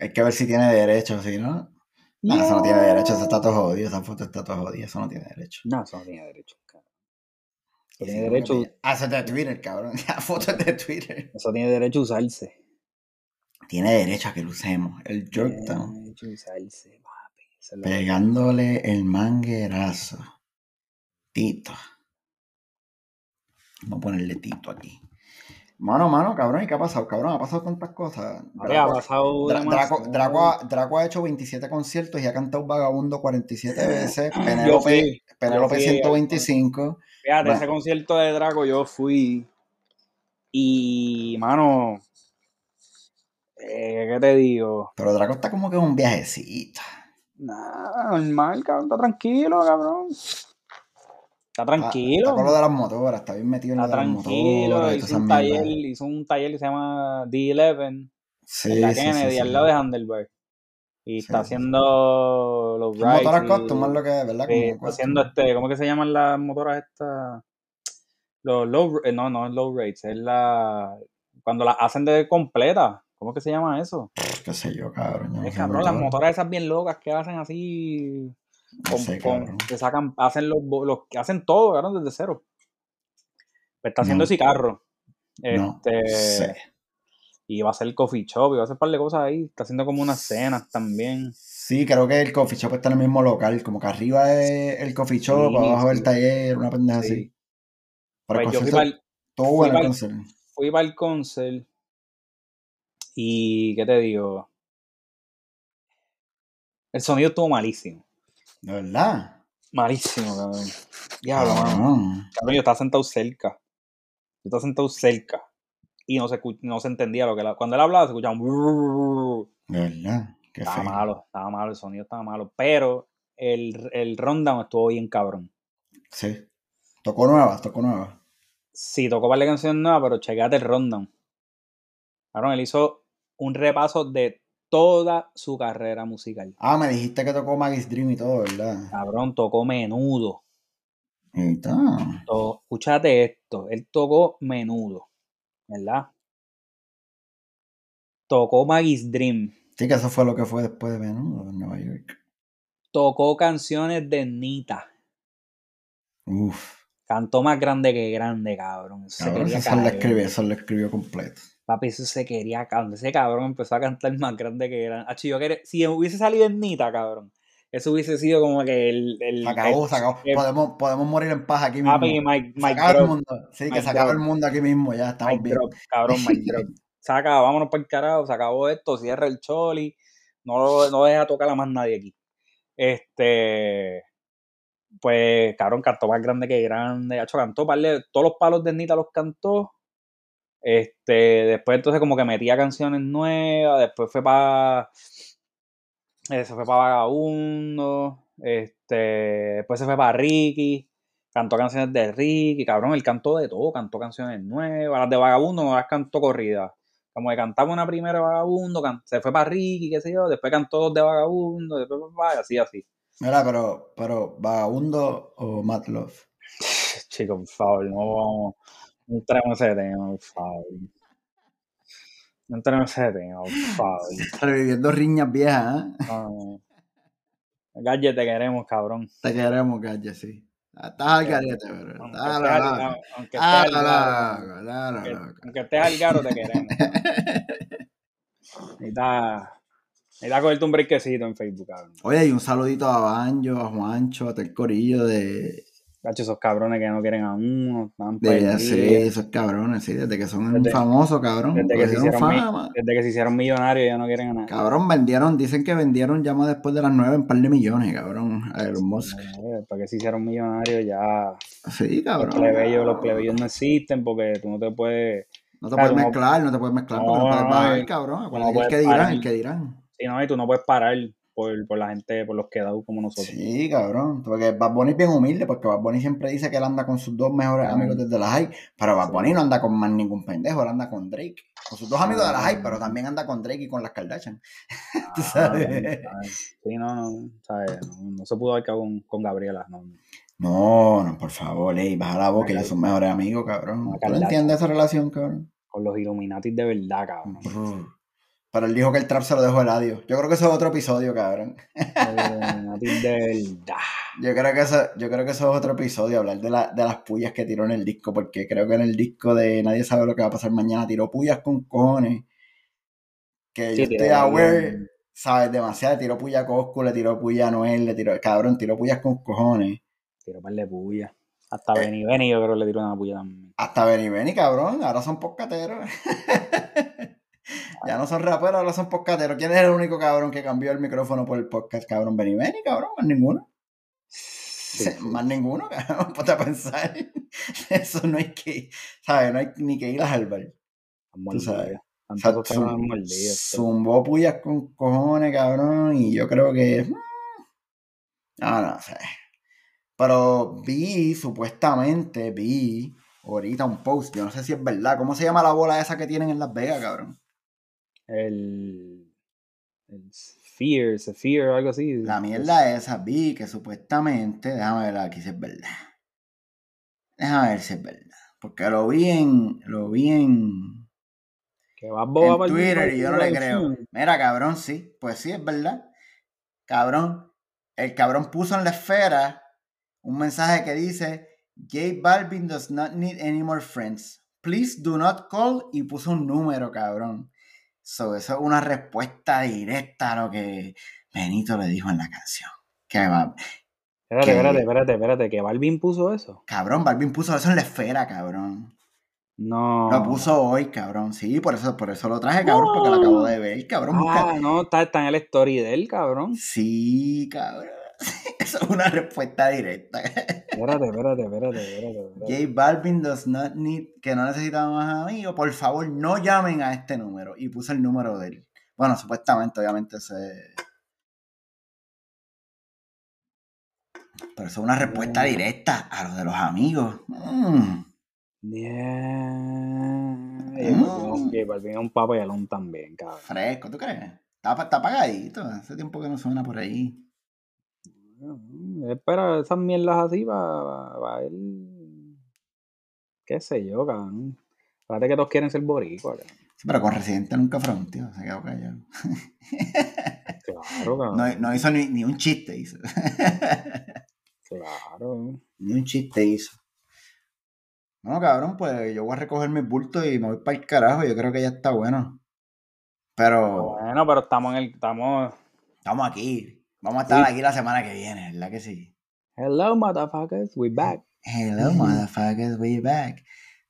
Speaker 1: Hay que ver si tiene derechos, ¿sí, no? No, eso no tiene derecho, eso está todo jodido, esa foto está todo jodida, eso no tiene derecho.
Speaker 2: No, eso no tiene derecho, cabrón.
Speaker 1: Sí,
Speaker 2: Eso tiene
Speaker 1: porque
Speaker 2: derecho,
Speaker 1: te- Ah, eso es de Twitter, cabrón. La foto es de Twitter.
Speaker 2: eso tiene derecho a usarse.
Speaker 1: Tiene derecho a que lo usemos. El
Speaker 2: Tiene
Speaker 1: Yorktown.
Speaker 2: derecho a usarse, papi. Eso es lo que-
Speaker 1: Pegándole el manguerazo. Tito. Vamos a ponerle Tito aquí. Mano, mano, cabrón, ¿y qué ha pasado? Cabrón, ha pasado tantas cosas.
Speaker 2: Papi, ha
Speaker 1: Draco-
Speaker 2: pasado
Speaker 1: pues, Dra- Draco,
Speaker 2: demasiado.
Speaker 1: Draco ha, Draco ha hecho 27 conciertos y ha cantado Vagabundo 47 veces.
Speaker 2: Yo
Speaker 1: Penélope,
Speaker 2: fui,
Speaker 1: Penélope
Speaker 2: fui, eh,
Speaker 1: 125.
Speaker 2: fíjate,
Speaker 1: Bueno.
Speaker 2: ese concierto de Draco yo fui. Y, mano, eh, ¿qué te digo?
Speaker 1: Pero Draco está como que en un viajecito.
Speaker 2: Nada, normal, cabrón, está tranquilo, cabrón. Está
Speaker 1: Ah,
Speaker 2: tranquilo.
Speaker 1: Está con lo de las motoras, está bien metido en lo
Speaker 2: Está
Speaker 1: de las motoras. y
Speaker 2: tranquilo,
Speaker 1: todas
Speaker 2: hizo
Speaker 1: esas
Speaker 2: un,
Speaker 1: mierdas.
Speaker 2: taller, hizo un taller que se llama D11
Speaker 1: Sí,
Speaker 2: en la
Speaker 1: sí, sí,
Speaker 2: Kennedy,
Speaker 1: sí.
Speaker 2: al lado de Handelberg. Y
Speaker 1: Sí,
Speaker 2: está
Speaker 1: sí, sí.
Speaker 2: haciendo los
Speaker 1: Son
Speaker 2: rides.
Speaker 1: motoras
Speaker 2: y-
Speaker 1: custom es lo que es, ¿verdad?
Speaker 2: eh,
Speaker 1: Como
Speaker 2: está
Speaker 1: custom.
Speaker 2: haciendo este, ¿cómo que se llaman las motoras estas? Los low, eh, no, no es low rates, es la, cuando las hacen de completa, ¿cómo que se llama eso?
Speaker 1: Qué sé yo, cabrón. yo no
Speaker 2: es
Speaker 1: sé
Speaker 2: cabrón,
Speaker 1: motor.
Speaker 2: las motoras esas bien locas que hacen así,
Speaker 1: No
Speaker 2: con-
Speaker 1: sé,
Speaker 2: con-
Speaker 1: cabrón.
Speaker 2: que sacan, hacen los, bo- los, que hacen todo, cabrón, desde cero. Pues está haciendo
Speaker 1: No.
Speaker 2: ese carro.
Speaker 1: No
Speaker 2: Este,
Speaker 1: sé.
Speaker 2: y va a hacer coffee shop, y va a hacer un par de cosas ahí. Está haciendo como unas cenas también.
Speaker 1: Sí, creo que el coffee shop está en el mismo local. Como que arriba es el coffee shop,
Speaker 2: Sí,
Speaker 1: abajo
Speaker 2: sí.
Speaker 1: el taller, una pendeja
Speaker 2: Sí.
Speaker 1: así. Pero el
Speaker 2: Pues yo fui
Speaker 1: concierto
Speaker 2: para el,
Speaker 1: estuvo
Speaker 2: fui
Speaker 1: bueno el
Speaker 2: pa'l-
Speaker 1: concierto.
Speaker 2: fui para el concert y, ¿qué te digo? El sonido estuvo malísimo.
Speaker 1: De verdad.
Speaker 2: Malísimo, cabrón. Diablo, mano.
Speaker 1: Cabrón.
Speaker 2: Cabrón, yo estaba sentado cerca. Yo estaba sentado cerca. Y no se, escu- no se entendía lo que... la- cuando él hablaba, se escuchaba un... brrrr.
Speaker 1: De verdad. Qué
Speaker 2: Estaba
Speaker 1: feo.
Speaker 2: malo, estaba malo, el sonido estaba malo. Pero el, el rundown estuvo bien cabrón.
Speaker 1: Sí. Tocó nuevas, tocó nuevas.
Speaker 2: Sí, tocó para la canción nueva, pero checate el rundown. Cabrón, él hizo un repaso de toda su carrera musical.
Speaker 1: Ah, me dijiste que tocó Maggie's Dream y todo, ¿verdad?
Speaker 2: Cabrón, tocó menudo.
Speaker 1: Ahí está.
Speaker 2: To- escúchate esto. Él tocó menudo. ¿Verdad? Tocó Maggie's Dream.
Speaker 1: Sí, que eso fue lo que fue después de Menudo en Nueva York.
Speaker 2: Tocó canciones de Nita.
Speaker 1: Uf.
Speaker 2: Cantó más grande que grande, cabrón. Eso se
Speaker 1: Cabrón,
Speaker 2: quería
Speaker 1: eso lo
Speaker 2: caer.
Speaker 1: escribió, eso lo escribió completo.
Speaker 2: Papi, eso se quería cantar. Ese cabrón empezó a cantar más grande que era. Acho, yo quería- Si hubiese salido en Nita, cabrón. Eso hubiese sido como que el. el
Speaker 1: Se acabó,
Speaker 2: el-
Speaker 1: se acabó.
Speaker 2: el-
Speaker 1: Podemos, podemos morir en paz aquí mismo.
Speaker 2: eh, Papi, Mike,
Speaker 1: Se
Speaker 2: Mike
Speaker 1: acaba el
Speaker 2: Drop.
Speaker 1: mundo. Sí, que
Speaker 2: Mike
Speaker 1: se acaba el
Speaker 2: Drop.
Speaker 1: mundo aquí mismo, ya estamos
Speaker 2: Mike
Speaker 1: bien.
Speaker 2: Drop, cabrón, Mike Drop. Saca, vámonos para el carajo. Se acabó esto. Cierra el choli. No, lo- no deja tocar a más nadie aquí. Este. Pues, cabrón, cantó más grande que grande. Acho, cantó par de- todos los palos de Nita los cantó. Este, después entonces como que metía canciones nuevas, después fue para se fue para Vagabundo, este, después se fue para Ricky, cantó canciones de Ricky, cabrón, él cantó de todo, cantó canciones nuevas, las de Vagabundo no las cantó corridas. Como que cantaba una primera de Vagabundo, can- se fue para Ricky, qué sé yo, después cantó dos de Vagabundo, después pa, pa, pa, y así, así.
Speaker 1: Mira, pero, pero, ¿Vagabundo o Matlov?
Speaker 2: Chicos, por favor, no vamos, no entremos en ese tema, por favor. No entremos en ese tema, por favor.
Speaker 1: Reviviendo riñas viejas, ¿eh?
Speaker 2: No, no, no. Gadget, te queremos, cabrón.
Speaker 1: Te queremos, Calle, sí. Estás al garete, bro.
Speaker 2: Aunque
Speaker 1: Estás
Speaker 2: estés
Speaker 1: al
Speaker 2: al-
Speaker 1: garete.
Speaker 2: aunque estés
Speaker 1: Estás
Speaker 2: al
Speaker 1: al garete. Estás
Speaker 2: garo,
Speaker 1: al
Speaker 2: aunque-
Speaker 1: garete.
Speaker 2: aunque estés al garo, te queremos. Necesitas necesitas cogerte un brequecito en Facebook, cabrón.
Speaker 1: Oye, y un saludito a Banjo, a Juancho, a todo el corillo de,
Speaker 2: Cacho, esos cabrones que no quieren a uno. Están
Speaker 1: de
Speaker 2: perdidos.
Speaker 1: sí, esos cabrones, sí, desde que son un
Speaker 2: Desde-
Speaker 1: famoso, cabrón.
Speaker 2: desde que se
Speaker 1: cogieron
Speaker 2: hicieron mi-
Speaker 1: fama.
Speaker 2: Desde que se hicieron millonarios ya no quieren a nadie.
Speaker 1: Cabrón, vendieron, dicen que vendieron ya más después de las nueve un par de millones, cabrón, a Elon Musk.
Speaker 2: Eh, Para que se hicieron millonarios ya.
Speaker 1: Sí,
Speaker 2: Los
Speaker 1: cabrón.
Speaker 2: plebeyos, los plebeyos no existen porque tú no te puedes.
Speaker 1: No te
Speaker 2: Claro,
Speaker 1: puedes
Speaker 2: no-
Speaker 1: mezclar, no te puedes mezclar
Speaker 2: No,
Speaker 1: porque no
Speaker 2: no,
Speaker 1: puedes
Speaker 2: no,
Speaker 1: bajar,
Speaker 2: no,
Speaker 1: cabrón.
Speaker 2: no
Speaker 1: Acuérdate que el
Speaker 2: puedes
Speaker 1: que dirán,
Speaker 2: parar.
Speaker 1: el que dirán.
Speaker 2: Sí, no, y tú no puedes parar por, por la gente, por los quedados como nosotros.
Speaker 1: Sí, cabrón. Porque Bad Bunny es bien humilde, porque Bad Bunny siempre dice que él anda con sus dos mejores
Speaker 2: Ah.
Speaker 1: amigos desde la high, pero Bad
Speaker 2: Sí.
Speaker 1: Bunny no anda con más ningún pendejo, él anda con Drake. Con sus dos amigos de la high,
Speaker 2: Ah.
Speaker 1: pero también anda con Drake y con las Kardashian. Tú sabes.
Speaker 2: Ah, Sí, no, no, ¿sabes? No, no se pudo haber quedado con, con Gabriela. No,
Speaker 1: No, no, por favor, ey, baja la boca, ellos son mejores amigos, cabrón.
Speaker 2: Una
Speaker 1: ¿Tú no
Speaker 2: Kardashian.
Speaker 1: entiendes esa relación, cabrón?
Speaker 2: con los Illuminati de verdad, cabrón.
Speaker 1: Brr. Pero él dijo que el trap se lo dejó el adiós. Yo creo que eso es otro episodio, cabrón.
Speaker 2: Los Illuminati de verdad.
Speaker 1: Yo creo que eso, yo creo que eso es otro episodio, hablar de, la- de las pullas que tiró en el disco, porque creo que en el disco de Nadie sabe lo que va a pasar mañana tiró pullas con cojones. Que yo
Speaker 2: Sí,
Speaker 1: estoy
Speaker 2: tiraron-
Speaker 1: aware, ¿sabes? Demasiado. Tiró puya a Coscu, le tiró puya a Noel, le tiró, cabrón, tiró pullas con cojones.
Speaker 2: Tiró un par de puya. Hasta
Speaker 1: Eh.
Speaker 2: Benny Benny yo creo que le tiró una puya también.
Speaker 1: Hasta Benny Benny, cabrón, ahora son poscateros. ya no son raperos, ahora son poscateros. ¿Quién es el único cabrón que cambió el micrófono por el podcast, cabrón? Benny Benny, cabrón, más ninguno. Se- Más ninguno, cabrón, ponte a pensar. Eso no hay que, ¿sabes? No hay ni que ir a Harvard.
Speaker 2: Están mordidos.
Speaker 1: sabes. O sea,
Speaker 2: Tantos
Speaker 1: zum-
Speaker 2: fueron mordidos.
Speaker 1: zumbó puyas con cojones, cabrón, y yo creo que... mm, No, no sé. Pero vi, supuestamente, vi ahorita un post, yo no sé si es verdad, ¿cómo se llama la bola esa que tienen en Las Vegas, cabrón?
Speaker 2: El. El Fear, Fear, algo así.
Speaker 1: La mierda esa, vi que supuestamente, déjame ver aquí si es verdad. Déjame ver si es verdad. Porque lo vi en, lo vi en,
Speaker 2: pues, Que va
Speaker 1: en
Speaker 2: boba para el-
Speaker 1: Twitter y yo no le creo.
Speaker 2: Sí.
Speaker 1: Mira, cabrón, sí. Pues sí, es verdad. Cabrón, el cabrón puso en la esfera un mensaje que dice: J Balvin does not need any more friends. Please do not call. Y puso un número, cabrón. So, eso es una respuesta directa a lo que Benito le dijo en la canción. Que va-
Speaker 2: Espérate,
Speaker 1: Que-
Speaker 2: espérate, espérate, espérate. Que Balvin puso eso.
Speaker 1: Cabrón, Balvin puso eso en la esfera, cabrón.
Speaker 2: No.
Speaker 1: Lo puso hoy, cabrón. Sí, por eso, por eso lo traje, cabrón, porque lo acabo de ver, cabrón. Busca-
Speaker 2: Ah, no, está, está en el story de él, cabrón.
Speaker 1: Sí, cabrón. Eso es una respuesta directa.
Speaker 2: Espérate, espérate, espérate, espérate. espérate.
Speaker 1: J Balvin does not need, que no necesita más amigos. Por favor, no llamen a este número. Y puse el número de él. Bueno, supuestamente, obviamente, se. Pero eso es una respuesta directa a lo de los amigos. Mm.
Speaker 2: Yeah. Y Balvin- y Balvin es un papelón también, cabrón.
Speaker 1: fresco, ¿tú crees? Está, pa- está apagadito. Hace tiempo que no suena por ahí.
Speaker 2: Espera, esas mierdas así para él. ¿Qué sé yo, cabrón? Fíjate que todos quieren ser boricua, cabrón.
Speaker 1: Sí, pero con Residente nunca fronteó. Se quedó callado.
Speaker 2: Claro, cabrón.
Speaker 1: No, no hizo ni, ni un chiste, hizo.
Speaker 2: Claro.
Speaker 1: Ni un chiste hizo. Bueno, cabrón, pues yo voy a recoger mis bultos y me voy para el carajo. Yo creo que ya está bueno. Pero
Speaker 2: Bueno, pero estamos en el. Estamos.
Speaker 1: estamos aquí. Vamos a estar
Speaker 2: Sí.
Speaker 1: aquí la semana que viene, ¿verdad que sí?
Speaker 2: Hello, motherfuckers, we back.
Speaker 1: Hello, motherfuckers, we back.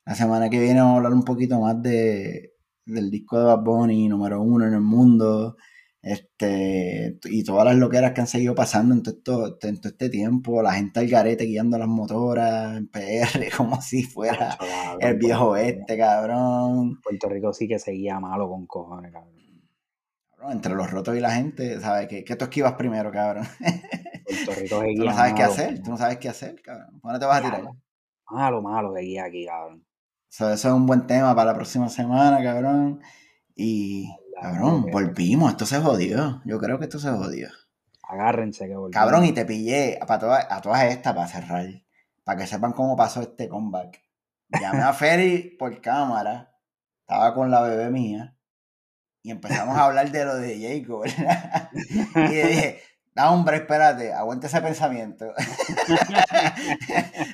Speaker 1: La semana que viene vamos a hablar un poquito más de, del disco de Bad Bunny, número uno en el mundo. Este, y todas las loqueras que han seguido pasando en todo, esto- en todo este tiempo. La gente al garete guiando las motoras en PR, como si fuera.
Speaker 2: Cabrón,
Speaker 1: El viejo
Speaker 2: Puerto- eh,
Speaker 1: este, cabrón.
Speaker 2: Puerto Rico sí que seguía malo con cojones, cabrón.
Speaker 1: Cabrón, Entre los rotos y la gente, ¿sabes? ¿Qué, qué tú esquivas primero, cabrón?
Speaker 2: Puerto Rico
Speaker 1: Tú
Speaker 2: seguía.
Speaker 1: no sabes qué
Speaker 2: malo,
Speaker 1: hacer, tú no sabes qué hacer, cabrón. ¿Cuándo te vas a tirar?
Speaker 2: Claro. Malo, malo seguía aquí, cabrón.
Speaker 1: So, eso es un buen tema para la próxima semana, cabrón. Y, cabrón, volvimos, esto se jodió. Yo creo que esto se jodió.
Speaker 2: Agárrense que volvimos.
Speaker 1: Cabrón, y te pillé a, pa' todas- a todas estas para cerrar, para que sepan cómo pasó este comeback. Llamé a Ferry por cámara, estaba con la bebé mía, y empezamos a hablar de lo de Jacob, ¿verdad? Y le dije, da hombre, espérate, aguanta ese pensamiento.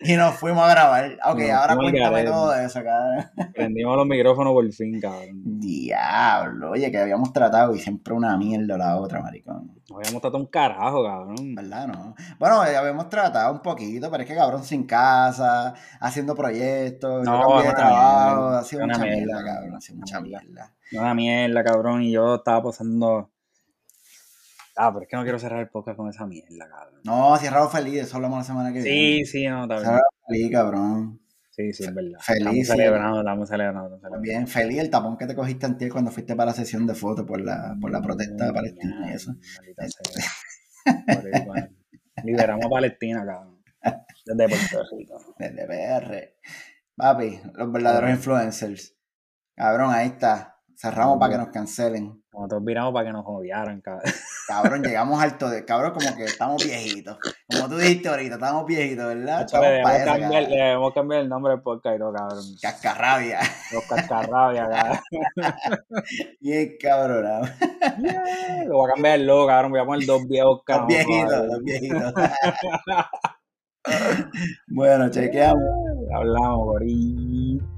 Speaker 1: y nos fuimos a grabar. Ok,
Speaker 2: Nos
Speaker 1: ahora
Speaker 2: fuimos al
Speaker 1: cuéntame
Speaker 2: garete.
Speaker 1: todo eso, cabrón.
Speaker 2: Prendimos los micrófonos por fin, cabrón.
Speaker 1: Diablo, oye, que habíamos tratado y siempre una mierda la otra, maricón.
Speaker 2: No habíamos tratado un carajo, cabrón.
Speaker 1: ¿Verdad? No. Bueno, ya habíamos tratado un poquito, pero es que cabrón sin casa, haciendo proyectos, yo
Speaker 2: No,
Speaker 1: cambié de
Speaker 2: una
Speaker 1: trabajo,
Speaker 2: mierda,
Speaker 1: ha sido
Speaker 2: una
Speaker 1: mucha mierda,
Speaker 2: mierda,
Speaker 1: cabrón, ha sido
Speaker 2: una
Speaker 1: mucha
Speaker 2: mierda.
Speaker 1: mierda.
Speaker 2: Una mierda, cabrón. Y yo estaba pasando. Ah, pero es que no quiero cerrar el podcast con esa mierda, cabrón.
Speaker 1: No, cierrado feliz, de eso hablamos la semana que viene.
Speaker 2: Sí, sí, no, está bien.
Speaker 1: Cerrado feliz, cabrón.
Speaker 2: Sí, sí, es verdad.
Speaker 1: Feliz,
Speaker 2: estamos
Speaker 1: sí.
Speaker 2: celebrando, estamos celebrando. estamos celebrando.
Speaker 1: Bien, feliz el tapón que te cogiste antier cuando fuiste para la sesión de fotos por la, por la protesta de Palestina y eso.
Speaker 2: Maldita sea. Boricua. Liberamos a Palestina, cabrón. Desde Puerto Rico.
Speaker 1: Desde PR. Papi, los verdaderos influencers. Cabrón, ahí está. Cerramos para que nos cancelen.
Speaker 2: Nosotros viramos para que nos odiaran, cabrón.
Speaker 1: Cabrón, llegamos alto de. Cabrón, como que estamos viejitos. Como tú dijiste ahorita, estamos viejitos, ¿verdad?
Speaker 2: Chacho,
Speaker 1: Ah, Estamos
Speaker 2: le, debemos
Speaker 1: para esa,
Speaker 2: cambiar,
Speaker 1: cabrón.
Speaker 2: le debemos cambiar el nombre del podcast y todo, cabrón.
Speaker 1: Cascarrabia.
Speaker 2: Los cascarrabias, cabrón.
Speaker 1: Bien cabronado.
Speaker 2: Yeah, Lo voy a cambiar el logo, cabrón. Voy a poner dos viejos,
Speaker 1: Los
Speaker 2: cabrón.
Speaker 1: viejitos,
Speaker 2: cabrón.
Speaker 1: los viejitos. bueno, chequeamos.
Speaker 2: Hablamos, gorillo.